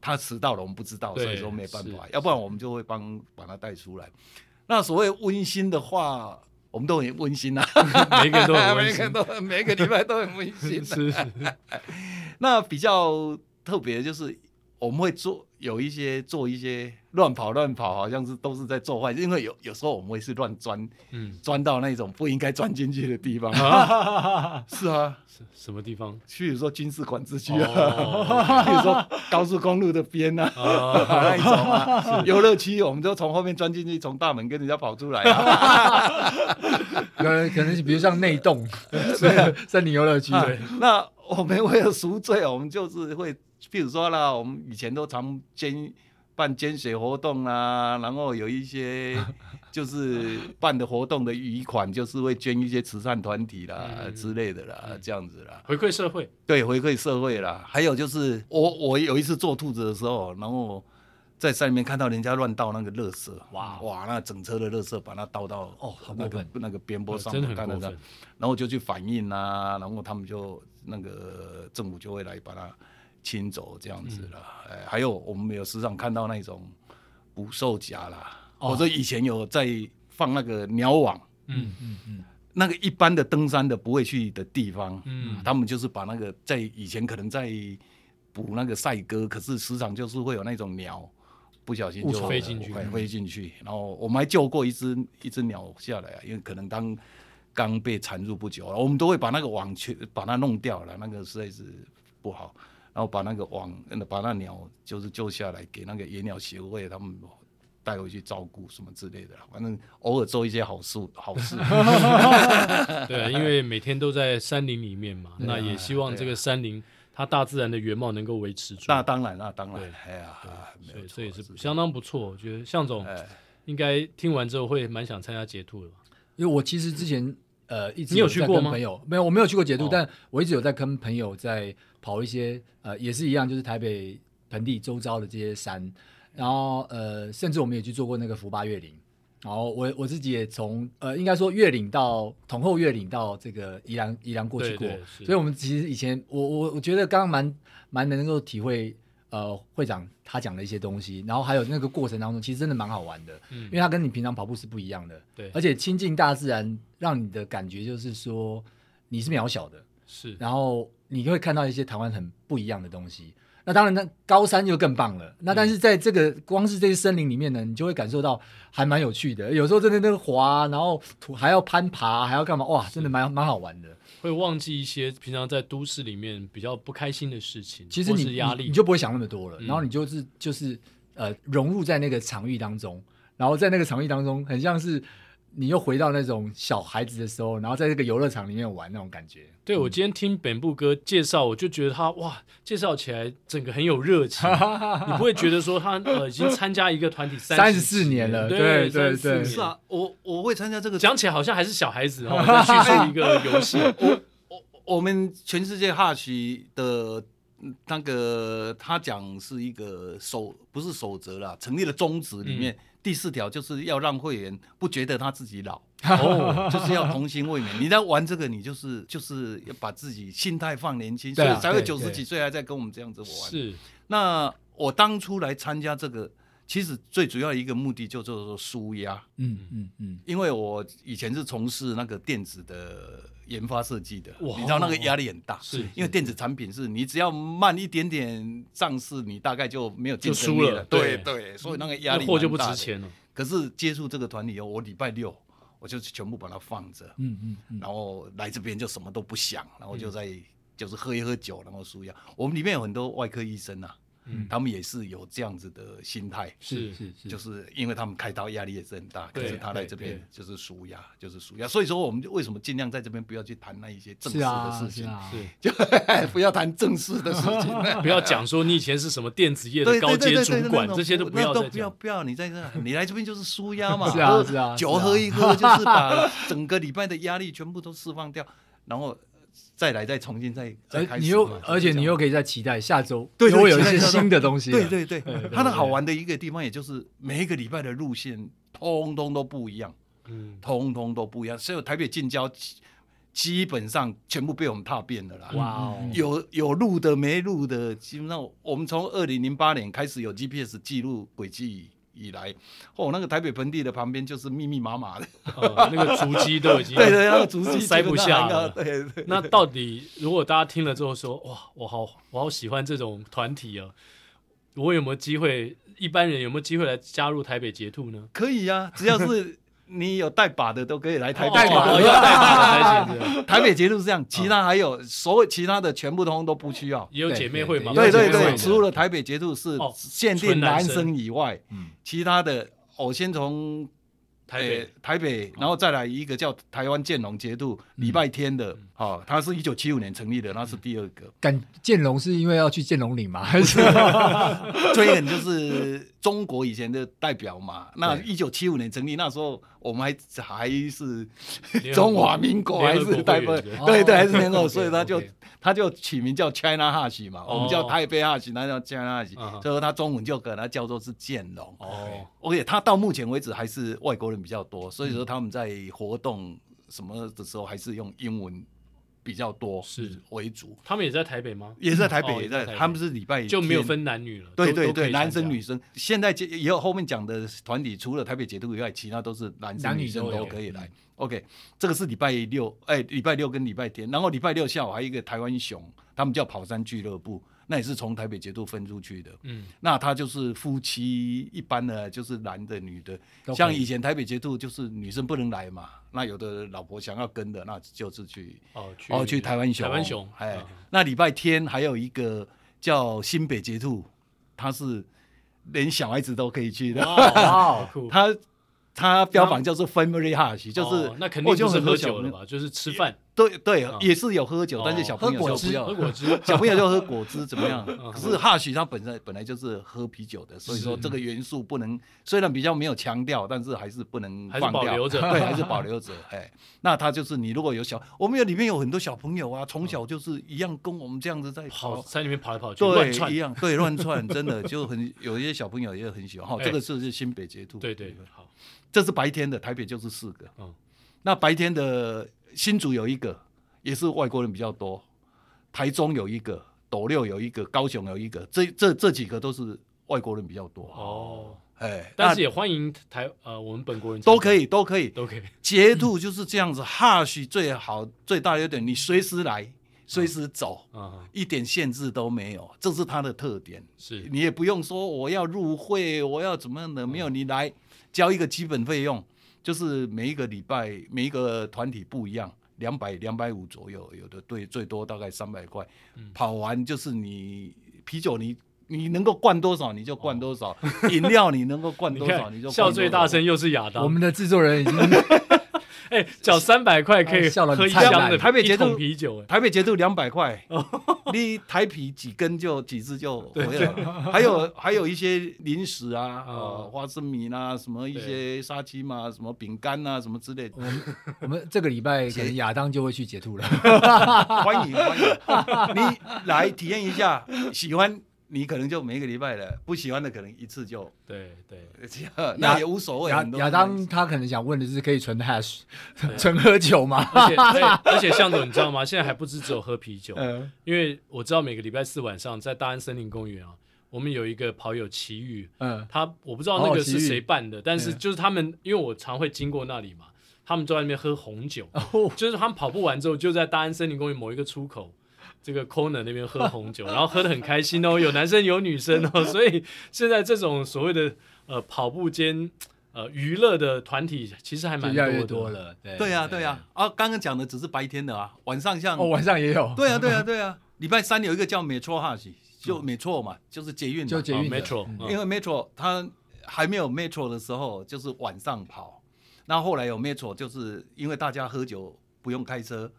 Speaker 3: 他迟到了，我们不知道，所
Speaker 1: 对
Speaker 3: 以说没办法，
Speaker 1: 是
Speaker 3: 要不然我们就会帮把他带出来。那所谓温馨的话，我们都很温馨啊，
Speaker 1: 每一个人都很温
Speaker 3: 每
Speaker 1: 馨
Speaker 3: 个都很每个礼拜都很温馨、啊。
Speaker 1: 是是
Speaker 3: 那比较特别的就是我们会做有一些做一些乱跑乱跑，好像是都是在做坏事，因为有有时候我们会是乱钻
Speaker 1: 嗯，
Speaker 3: 钻到那种不应该钻进去的地方。是啊，
Speaker 1: 是什么地 方？
Speaker 3: 譬如说军事管制区
Speaker 1: 哦
Speaker 3: 啊，譬如说高速公路的边啊。
Speaker 1: 啊，
Speaker 3: 那一种啊，游乐区我们就从后面钻进去，从大门跟人家跑出来啊，
Speaker 2: 有人可能是比如像内 洞、
Speaker 3: 啊
Speaker 2: 森林游乐区，对，
Speaker 3: 嗯那我们为了赎罪，我们就是会，譬如说啦，我们以前都常捐办捐血活动啦，然后有 一些就是办的活动的余款，就是会捐一些慈善团体啦、
Speaker 1: 嗯嗯嗯
Speaker 3: 之类的啦，这样子啦，
Speaker 1: 回馈社会，
Speaker 3: 对，回馈社会啦。还有就是我我有一次做兔子的时候，然后。在山里面看到人家乱倒那个垃圾，哇哇，那整车的垃圾把它倒到哦，那
Speaker 2: 过
Speaker 3: 个那个边坡
Speaker 1: 哦
Speaker 3: 上，
Speaker 1: 真的很
Speaker 3: 看得
Speaker 1: 过
Speaker 3: 到
Speaker 1: 分，
Speaker 3: 然后就去反映啊，然后他们就那个政府就会来把它清走这样子啦。哎，还有我们有时常看到那种捕兽夹啦，或者以前有在放那个鸟网，
Speaker 1: 嗯
Speaker 2: 嗯嗯，
Speaker 3: 那个一般的登山的不会去的地方，啊
Speaker 1: 嗯
Speaker 3: 他们就是把那个在以前可能在捕那个赛鸽，可是时常就是会有那种鸟。不小心就
Speaker 1: 飞进去
Speaker 3: 哎飞进去。然后我们还救过一只一只鸟下来啊，因为可能刚刚被缠入不久，我们都会把那个网去把它弄掉了，那个实在是不好。然后把那个网，呃把那鸟就是救下来，给那个野鸟协会他们带回去照顾什么之类的啦。反正偶尔做一些好事，好事。
Speaker 1: 对，因为每天都在山林里面 嘛，
Speaker 3: 啊
Speaker 1: 那也希望这个山林它大自然的原貌能够维持住。
Speaker 3: 那当然，那当然
Speaker 1: 对，
Speaker 3: 哎呀，没
Speaker 1: 所
Speaker 3: 有
Speaker 1: 以
Speaker 3: 错
Speaker 2: 啊
Speaker 1: 这也是相当不错，我觉得向总
Speaker 3: 哎
Speaker 1: 应该听完之后会蛮想参加捷兔的吧？
Speaker 2: 因为我其实之前呃一直
Speaker 1: 你有
Speaker 2: 在
Speaker 1: 去过
Speaker 2: 跟
Speaker 1: 吗
Speaker 2: 朋友没有，我没有去过捷度，
Speaker 1: 哦
Speaker 2: 但我一直有在跟朋友在跑一些呃，也是一样，就是台北盆地周遭的这些山，然后呃，甚至我们也去做过那个福八越岭。然后我我自己也从呃，应该说越岭到统后越岭到这个宜兰宜兰过去过，
Speaker 1: 对对是
Speaker 2: 所以我们其实以前我我我觉得刚刚蛮蛮能够体会呃会长他讲的一些东西，然后还有那个过程当中其实真的蛮好玩的，
Speaker 1: 嗯
Speaker 2: 因为它跟你平常跑步是不一样的，
Speaker 1: 对
Speaker 2: 而且亲近大自然，让你的感觉就是说你是渺小的，
Speaker 1: 是，
Speaker 2: 然后你会看到一些台湾很不一样的东西。那当然，那高山就更棒了。
Speaker 1: 嗯
Speaker 2: 那但是在这个、光是这些森林里面呢，你就会感受到还蛮有趣的。有时候真的那个滑，然后土还要攀爬，还要干嘛？哇，真的蛮蛮好玩的。
Speaker 1: 会忘记一些平常在都市里面比较不开心的事情，
Speaker 2: 其实
Speaker 1: 或
Speaker 2: 你
Speaker 1: 是压力
Speaker 2: 你，你就不会想那么多了，
Speaker 1: 嗯
Speaker 2: 然后你就是就是呃融入在那个场域当中，然后在那个场域当中，很像是你又回到那种小孩子的时候，然后在这个游乐场里面玩那种感觉。
Speaker 1: 对我今天听本部哥介绍，我就觉得他哇，介绍起来整个很有热 情，你不会觉得说他呃已经参加一个团体
Speaker 2: 三十
Speaker 1: 十
Speaker 2: 四年了，
Speaker 1: 对
Speaker 2: 对对
Speaker 1: 34
Speaker 2: 对，
Speaker 1: 年
Speaker 3: 是啊，我我会参加这个。
Speaker 1: 讲起来好像还是小孩 子哦，在叙述一个游戏，
Speaker 3: 我们全世界哈奇的嗯那个他讲是一个守，不是守则啦，成立的宗旨里
Speaker 1: 嗯
Speaker 3: 面、第四条就是要让会员不觉得他自 己老，
Speaker 1: 哦，
Speaker 3: 就是要童心未泯。你在玩这个，你就是就是要把自己心态放年轻，所
Speaker 2: 对啊
Speaker 3: 以才会
Speaker 2: 对
Speaker 3: 九十
Speaker 2: 对
Speaker 3: 几岁还在跟我们这样子玩。
Speaker 1: 是
Speaker 3: 那我当初来参加这个，其实最主要一个目的就就是说舒压，
Speaker 2: 嗯嗯嗯，
Speaker 3: 因为我以前是从事那个电子的研发设计的，
Speaker 1: 哇
Speaker 3: 你知道那个压力很大，
Speaker 1: 是
Speaker 2: 嗯
Speaker 3: 因为电子产品是你只要慢一点点上市，你大概就没有竞争
Speaker 1: 就输
Speaker 3: 力
Speaker 1: 了
Speaker 3: 对
Speaker 1: 对
Speaker 3: 对，所以那个压力
Speaker 1: 那货就不
Speaker 3: 蛮大
Speaker 1: 值
Speaker 3: 的。
Speaker 1: 钱了。
Speaker 3: 可是接触这个团体以后，我礼拜六我就全部把它放着，
Speaker 2: 嗯嗯嗯，
Speaker 3: 然后来这边就什么都不想，然
Speaker 1: 嗯
Speaker 3: 后就在、就是喝一喝酒，然后输压。我们里面有很多外科医生啊，
Speaker 1: 嗯
Speaker 3: 他们也是有这样子的心态，
Speaker 1: 是
Speaker 2: 是是是，
Speaker 3: 就是因为他们开刀压力也是很大，可
Speaker 1: 对
Speaker 3: 是他来
Speaker 1: 对
Speaker 3: 这边
Speaker 1: 对
Speaker 3: 就是舒压，就是舒压。所以说，我们就为什么尽量在这边不要去谈那一些正式
Speaker 2: 是
Speaker 3: 的
Speaker 2: 啊
Speaker 3: 事
Speaker 2: 是
Speaker 3: 情，
Speaker 2: 啊，
Speaker 1: 嗯是，
Speaker 3: 不要谈正式的事 情。
Speaker 1: 不要讲说你以前是什么电子业的
Speaker 3: 对
Speaker 1: 高
Speaker 3: 对对
Speaker 1: 阶
Speaker 3: 对
Speaker 1: 主
Speaker 3: 对，
Speaker 1: 管
Speaker 3: 那，种
Speaker 1: 这些都不要
Speaker 3: 那
Speaker 1: 再
Speaker 3: 都不要
Speaker 1: 讲。
Speaker 3: 不要，你在这，你来这边就是舒压 嘛，
Speaker 2: 是啊
Speaker 3: 喝
Speaker 2: 是啊
Speaker 3: 酒
Speaker 2: 是啊
Speaker 3: 喝一喝就是把整个礼拜的压力全部都释放掉，然后再来再重新再再
Speaker 2: 而
Speaker 3: 开始
Speaker 2: 你又
Speaker 3: 嘛
Speaker 2: 而呃且你。
Speaker 3: 就是这
Speaker 2: 又
Speaker 3: 样
Speaker 2: 可以再期待下周，
Speaker 3: 对对
Speaker 2: 又会有一些
Speaker 3: 期待下周
Speaker 2: 新的东西了，嗯
Speaker 3: 对对对
Speaker 2: 对对，
Speaker 3: 它的好
Speaker 2: 对
Speaker 3: 玩的一个地方，也就是每一个礼拜的路线通通都不一样。
Speaker 1: 嗯，
Speaker 3: 通通都不一样。所以台北近郊基基本上全部被我们踏遍了啦。
Speaker 2: 哇哦，
Speaker 3: 有有路的没路的，基本上我们从二零零八年开始有 GPS 记录轨迹以来，哦，那个台北盆地的旁边就是密密麻 麻的，
Speaker 1: 呃那个足迹都已经
Speaker 3: 对对，那个足迹啊
Speaker 1: 塞不下了
Speaker 3: 对对对
Speaker 1: 那到底如果大家听了之后说，哇，我好我好喜欢这种团体啊，我有没有机会？一般人有没有机会来加入台北捷兔呢？
Speaker 3: 可以啊，只 要是你有带把的都可以来台北
Speaker 1: 哦带
Speaker 3: 捷路。
Speaker 1: 马要带马 的才行，
Speaker 3: 台北捷路是这样，其他还有所有其他的全部通通都不需要。
Speaker 1: 也有姐妹会嘛？
Speaker 3: 对对
Speaker 1: 姐妹会
Speaker 3: 对，
Speaker 1: 嘛
Speaker 3: 除了台北捷度是
Speaker 1: 哦
Speaker 3: 限定
Speaker 1: 纯男
Speaker 3: 男
Speaker 1: 生嗯
Speaker 3: 生以外，其他的我先从
Speaker 1: 台北哦
Speaker 3: 呃台北，然后再来一个叫台湾建龙捷度，
Speaker 1: 嗯
Speaker 3: 礼拜天的，好，它是一九七五年成立的，那是第二个。
Speaker 2: 感建龙是因为要去建龙岭吗？还是
Speaker 3: 追远就是中国以前的代表嘛，那
Speaker 2: 对
Speaker 3: 一九七五年成立，那时候我们还还是
Speaker 1: 联合国
Speaker 3: 中华民国还是台
Speaker 1: 联合
Speaker 3: 北，
Speaker 1: 国
Speaker 3: 对对，
Speaker 2: 哦
Speaker 3: 还是联合 国，
Speaker 1: OK，
Speaker 3: 所以他就
Speaker 1: OK
Speaker 3: 他就取名叫 China Hush 嘛，我们叫
Speaker 1: 哦
Speaker 3: 台北 Hush，那叫 China Hush，
Speaker 1: 嗯哼
Speaker 3: 所以说他中文就给它叫做是建龙。
Speaker 1: 哦，
Speaker 3: 而且他到目前为止还是外国人比较多，所以
Speaker 1: 嗯
Speaker 3: 说他们在活动什么的时候还是用英文比较多
Speaker 1: 是
Speaker 3: 为主，
Speaker 1: 他们也在台北吗？
Speaker 3: 也是在台北，
Speaker 1: 哦
Speaker 3: 也
Speaker 1: 也在
Speaker 3: 在
Speaker 1: 台北
Speaker 3: 他们是礼拜
Speaker 1: 就没有
Speaker 3: 天
Speaker 1: 分男女了，
Speaker 3: 对
Speaker 1: 都
Speaker 3: 对
Speaker 1: 都可
Speaker 3: 对，
Speaker 1: 以参加
Speaker 3: 男生女生，现在也也有后面讲的团体，除了台北捷度以外，其他都是男生
Speaker 2: 男女
Speaker 3: 女生
Speaker 2: 都有
Speaker 3: 都可以
Speaker 1: 嗯
Speaker 3: 来。OK，这个是礼拜六，哎，礼拜六跟礼拜天，然后礼拜六下午还有一个台湾熊，他们叫跑山俱乐部，那也是从台北捷度分出去的。
Speaker 1: 嗯，
Speaker 3: 那他就是夫妻一般的，就是男的女的
Speaker 2: 都可，以
Speaker 3: 像以前台北捷度就是女生不能来嘛，那有的老婆想要跟的，那就是去
Speaker 1: 哦去
Speaker 3: 哦去台湾熊，
Speaker 1: 台湾熊
Speaker 3: 哎
Speaker 1: 嗯，
Speaker 3: 那礼拜天还有一个叫新北捷兔，它是连小孩子都可以去的，
Speaker 1: 哇 好酷，
Speaker 3: 它它标榜叫做 Family Hush，就是
Speaker 1: 哦那肯
Speaker 3: 我
Speaker 1: 定
Speaker 3: 就
Speaker 1: 不是
Speaker 3: 很多
Speaker 1: 喝
Speaker 3: 小
Speaker 1: 酒
Speaker 3: 朋
Speaker 1: 了
Speaker 3: 友，
Speaker 1: 吧？就是吃饭，
Speaker 3: 对对
Speaker 1: 嗯，
Speaker 3: 也是有喝酒
Speaker 1: 哦，
Speaker 3: 但是小朋友
Speaker 2: 喝果
Speaker 3: 就
Speaker 2: 汁
Speaker 3: 不
Speaker 1: 喝
Speaker 3: 要。，
Speaker 1: 果汁
Speaker 3: 小朋友就喝果汁怎么样？
Speaker 1: 嗯
Speaker 3: 可是哈许他本身本来就是喝啤酒的，所以说这个元素不能，虽然比较没有强调，但是还是不能
Speaker 1: 还是
Speaker 3: 放掉，
Speaker 1: 保留着
Speaker 3: 对，还是保留着。哎，那他就是你如果有小，我们有里面有很多小朋友啊，
Speaker 1: 嗯
Speaker 3: 从小就是一样跟我们这样子在
Speaker 1: 跑山里面跑来跑去乱
Speaker 3: 对，
Speaker 1: 窜
Speaker 3: 一，样对乱窜，真的就很有一些小朋友也很喜 欢。哈，
Speaker 1: 哎
Speaker 3: 这个是是新北捷兔，
Speaker 1: 对对，好，
Speaker 3: 这是白天的，台北就是四个。
Speaker 1: 嗯
Speaker 3: 那白天的新竹有一个，也是外国人比较多，台中有一个，斗六有一个，高雄有一个，这这这几个都是外国人比较多。
Speaker 1: 哦，
Speaker 3: 哎，
Speaker 1: 但
Speaker 3: 那
Speaker 1: 是也欢迎台呃我们本国人参加
Speaker 3: 都可以，都可以。
Speaker 1: 都可以，
Speaker 3: 捷兔就是这样子，哈许最好最大的优点，你随时来，随时走，
Speaker 1: 啊，
Speaker 3: 一点限制都没有，这是它的特点。
Speaker 1: 是嗯
Speaker 3: 你也不用说我要入会，我要怎么样的，没有你来交一个基本费用，就是每一个礼拜每一个团体不一样，两百两百五左右，有的对最多大概三百块，
Speaker 1: 嗯
Speaker 3: 跑完就是你啤酒你。你能够灌多少你就灌 多少，饮料你能够灌
Speaker 1: 哦你
Speaker 3: 多少你就
Speaker 1: 看
Speaker 3: 灌
Speaker 1: 笑
Speaker 3: 多
Speaker 1: 最
Speaker 3: 少
Speaker 1: 大声又是亚
Speaker 2: 我
Speaker 1: 当，
Speaker 2: 们的制作人已经
Speaker 1: 哎，缴三百块可以
Speaker 2: 哎笑得很
Speaker 1: 喝一
Speaker 2: 灿烂
Speaker 1: 箱的
Speaker 3: 台北
Speaker 1: 一
Speaker 3: 捷
Speaker 1: 桶
Speaker 3: 兔
Speaker 1: 啤酒，哎，
Speaker 3: 台北捷度两百块，
Speaker 2: 哦，
Speaker 3: 你台啤几根就几只就回来了。还有还有一些零食啊，
Speaker 1: 哦
Speaker 3: 呃，花生米啦、什么一些沙琪玛、什么饼干啊，什么之类的
Speaker 2: 我们我们这个礼拜可能亚当就会去截图了，
Speaker 3: 欢迎欢迎，你来体验一下。喜欢你可能就每个礼拜了，不喜欢的可能一 次就，
Speaker 1: 对对，
Speaker 3: 那也无所谓。
Speaker 2: 亚
Speaker 3: 很多
Speaker 2: 亚
Speaker 3: 人啊
Speaker 2: 当他可能想问的是可以纯 hash 纯喝酒吗？
Speaker 1: 而且 而且而且向总你知道
Speaker 2: 嗯
Speaker 1: 吗？现在还不止只有喝啤酒，因为我知道每个礼拜四晚上在大安森林公园啊，我们有一个跑友奇遇，
Speaker 2: 嗯，
Speaker 1: 他我不知道那个是
Speaker 2: 哦奇遇
Speaker 1: 谁办的，但是
Speaker 2: 嗯
Speaker 1: 就是他们，因为我常会经过那里嘛，他们就在那边喝红酒，
Speaker 2: 哦，
Speaker 1: 就是他们跑步完之后就在大安森林公园某一个出口。这个 corner 那边喝红酒，然后喝得很开心哦，有男生有女生哦，所以现在这种所谓的呃跑步间呃娱乐的团体其实还
Speaker 2: 就
Speaker 1: 蛮
Speaker 2: 越来
Speaker 1: 的啊
Speaker 2: 越多了，对
Speaker 3: 对呀，对呀，啊，刚刚讲的只是白天的啊，晚上像
Speaker 2: 哦，晚上也有，
Speaker 3: 对啊，对啊，对啊。礼拜三有一个叫 Metro Hash，就 Metro 嘛，就是捷运嘛。
Speaker 2: 就捷
Speaker 1: 哦
Speaker 2: 运的
Speaker 1: metro，嗯
Speaker 3: 因为 Metro 它还没有 Metro 的时候，就是晚上跑。那后来有 Metro，就是因为大家喝酒不用开车，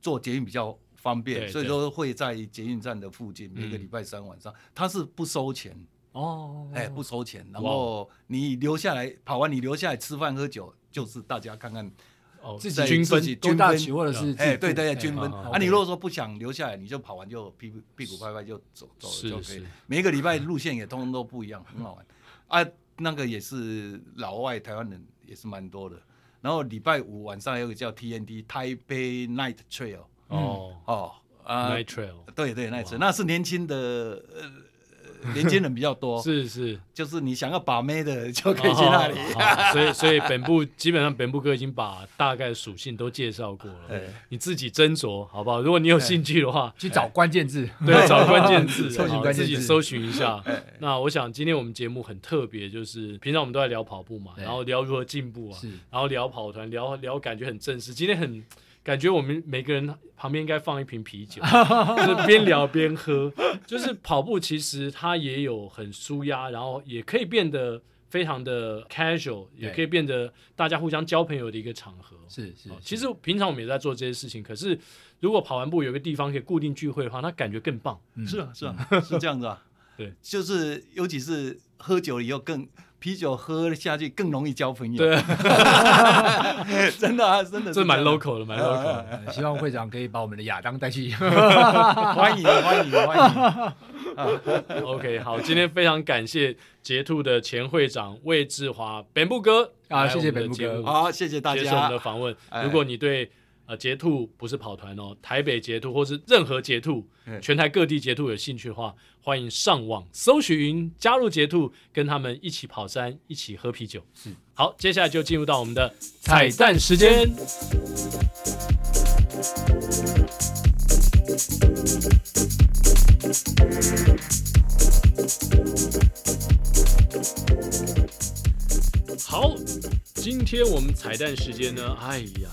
Speaker 3: 坐捷运比较方便，
Speaker 1: 对
Speaker 3: 所以说会在捷运站的附近。
Speaker 1: 嗯嗯
Speaker 3: 每个礼拜三晚上，它是不收钱，
Speaker 2: 哦，
Speaker 3: 哎，不收钱。然后你留下来跑完，你留下来吃饭喝酒，就是大家看看，
Speaker 1: 哦，
Speaker 2: 自己
Speaker 1: 在均分
Speaker 3: 自己
Speaker 2: 多
Speaker 3: 均
Speaker 2: 大
Speaker 3: 分
Speaker 2: 曲或者是自己
Speaker 3: 哎，对
Speaker 2: 付
Speaker 3: 对，均分。
Speaker 1: 好
Speaker 2: 好
Speaker 3: 啊，你如果说不想留下来，你就跑完就屁股屁股拍拍就走走
Speaker 1: 是
Speaker 3: 了就可以
Speaker 1: 是
Speaker 3: 了。每一个礼拜路线也通通都不一样，很好玩。啊，那个也是老外台湾人也是蛮多的。然后礼拜五晚上还有个叫 TNT 台北 Night Trail
Speaker 2: 嗯
Speaker 1: 哦
Speaker 3: 哦啊，
Speaker 1: ，night trail
Speaker 3: 对对 Night Trail，那是年轻的呃呃年轻人比较 多，
Speaker 1: 是是，
Speaker 3: 就是你想要把妹的就可以去那里。
Speaker 1: 哦好所以，所以本部基本上本部哥已经把大概属性都介绍过了，
Speaker 3: 哎
Speaker 1: 你自己斟酌好不好？如果你有兴趣的话，
Speaker 2: 去找关键字，
Speaker 1: 对，找关键字，
Speaker 2: 搜寻
Speaker 3: 哦
Speaker 1: 好
Speaker 2: 关
Speaker 1: 自
Speaker 2: 键
Speaker 1: 己
Speaker 2: 字哎
Speaker 1: 搜寻一 下。那我想今天我们节目很特别，就是平常我们都在聊跑步嘛，
Speaker 2: 对
Speaker 1: 然后聊如何进步啊
Speaker 2: 是，
Speaker 1: 然后聊跑团，聊聊感觉很正式。今天很感觉我们每个人旁边应该放一瓶啤 酒，就是边聊边喝。就是跑步其实它也有很舒压，然后也可以变得非常的 casual，也
Speaker 2: 对
Speaker 1: 可以变得大家互相交朋友的一个场合。
Speaker 2: 是是
Speaker 1: 哦，其实平常我们也在做这些事情，可是如果跑完步有个地方可以固定聚会的话，那感觉更 棒。
Speaker 3: 是啊，是啊， 是这样子啊。
Speaker 1: 嗯 对，
Speaker 3: 就是尤其是喝酒了以后更，啤酒喝下去更容易交朋友。
Speaker 1: 对，
Speaker 3: 真的啊，真的是
Speaker 1: 这蛮
Speaker 3: 样
Speaker 1: local 的， 蛮 local 的。
Speaker 2: 呃希望会长可以把我们的亚 当带去。
Speaker 1: 啊
Speaker 3: 欢迎欢迎欢
Speaker 1: OK，好，今天非常感谢捷兔的前会长魏志华本部哥
Speaker 2: 啊
Speaker 1: 来我们
Speaker 2: 谢谢
Speaker 1: 的
Speaker 2: 本部
Speaker 1: 节
Speaker 2: 哥
Speaker 1: 目
Speaker 3: 迎，好，谢谢大
Speaker 1: 接受我们的
Speaker 3: 家。
Speaker 1: 访问。
Speaker 3: 哎
Speaker 1: 如果你对呃捷兔不是跑团哦，台北捷兔或是任何捷兔，
Speaker 3: 嗯
Speaker 1: 全台各地捷兔有兴趣的话，欢迎上网搜寻加入捷兔，跟他们一起跑山，一起喝啤酒。是，好，接下来就进入到我们的彩蛋时间。好，今天我们彩蛋时间呢，哎呀，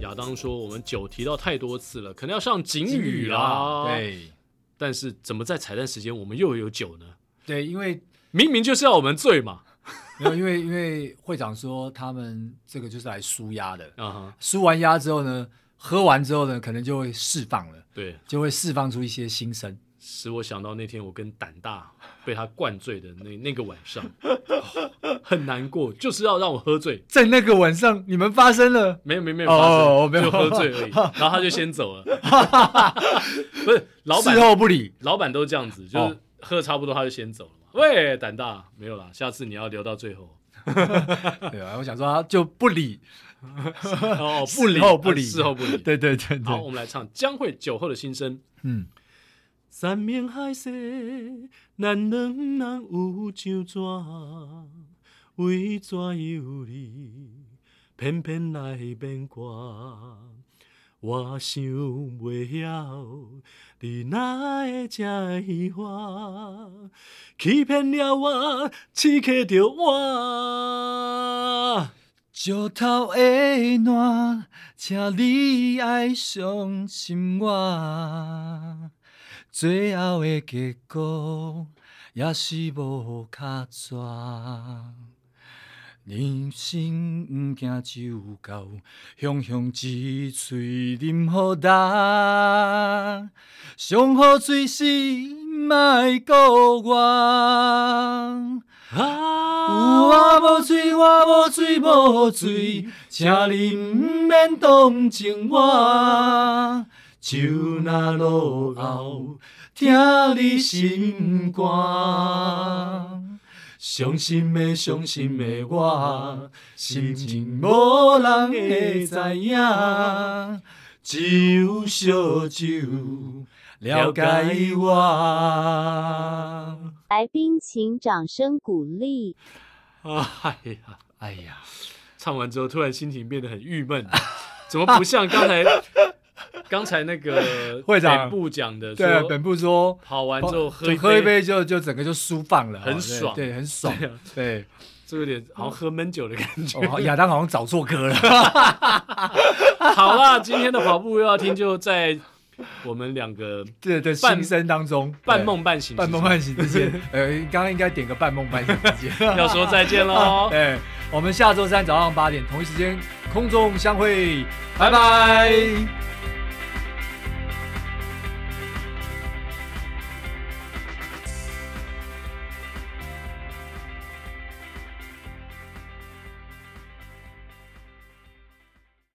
Speaker 1: 亚当说我们酒提到太多次了，可能要上警语啦。，
Speaker 2: 对
Speaker 1: 但是怎么在彩蛋时间我们又有酒呢？
Speaker 2: 对，因为
Speaker 1: 明明就是要我们醉嘛。
Speaker 2: 没有，因为因为会长说他们这个就是来舒压的，
Speaker 1: 啊哈，
Speaker 2: 舒完压之后呢，喝完之后呢，可能就会释放了，
Speaker 1: 对，
Speaker 2: 就会释放出一些心声。
Speaker 1: 使我想到那天我跟胆大被他灌醉的那那个晚上、 哦很难过，就是要让我喝醉。
Speaker 2: 在那个晚上，你们发生了，
Speaker 1: 没有没有没有
Speaker 2: 哦
Speaker 1: 发生，
Speaker 2: 哦没有
Speaker 1: 就喝醉 而已。然后他就先走了，不是老板
Speaker 2: 事后 不理，
Speaker 1: 老板都这样子，就是
Speaker 2: 哦
Speaker 1: 喝差不多他就先走了嘛。喂，胆大没有啦，下次你要留到最 后。
Speaker 2: 对吧？我想说他就不理，
Speaker 1: 哦，不理，
Speaker 2: 事后不理
Speaker 1: 啊事后不理。
Speaker 2: 对对对
Speaker 1: 好，
Speaker 2: 对，
Speaker 1: 我们来唱将会酒后的心声。
Speaker 2: 嗯，
Speaker 1: 山明海誓，咱两人有酒醉，为怎有你偏偏来变卦？我想袂晓，你哪会这喜欢？欺骗了我，刺客着我。
Speaker 2: 石头的暖，请你爱相信我，最后的结果也是无卡纸。人生毋惊就到，雄雄一喙啉予人。上好水是莫顾我。有
Speaker 1: 啊，
Speaker 2: 我无醉，我无醉，无醉，请你毋免同情我。酒若落喉，疼你心肝。伤心的，伤心的我，心情无人会知影。酒烧酒，
Speaker 3: 了解我。
Speaker 5: 来宾请掌声鼓励。
Speaker 1: 哎呀，
Speaker 2: 哎呀，
Speaker 1: 唱完之后突然心情变得很郁闷，怎么不像刚 才刚才那个
Speaker 2: 会长
Speaker 1: 本部讲的说
Speaker 2: 对，啊本部说
Speaker 1: 跑完之后喝
Speaker 2: 就
Speaker 1: 一
Speaker 2: 喝一
Speaker 1: 杯
Speaker 2: 杯就就整个就舒放了，
Speaker 1: 很
Speaker 2: 哦对
Speaker 1: 爽
Speaker 2: 对，很爽
Speaker 1: 对啊，
Speaker 2: 对。
Speaker 1: 这有点好像喝闷酒的感觉。
Speaker 2: 哦好亚当好像找错歌了，
Speaker 1: 好啦，今天的跑步又要听，就在我们两个
Speaker 2: 对对，
Speaker 1: 半
Speaker 2: 心声当中，
Speaker 1: 半
Speaker 2: 对
Speaker 1: 梦半醒之
Speaker 2: 半
Speaker 1: 间、
Speaker 2: 梦半醒之间，呃，刚刚应该点个半梦半醒之间。。
Speaker 1: 要说再见喽
Speaker 2: 对，我们下周三早上八点同一时间空中相会，拜拜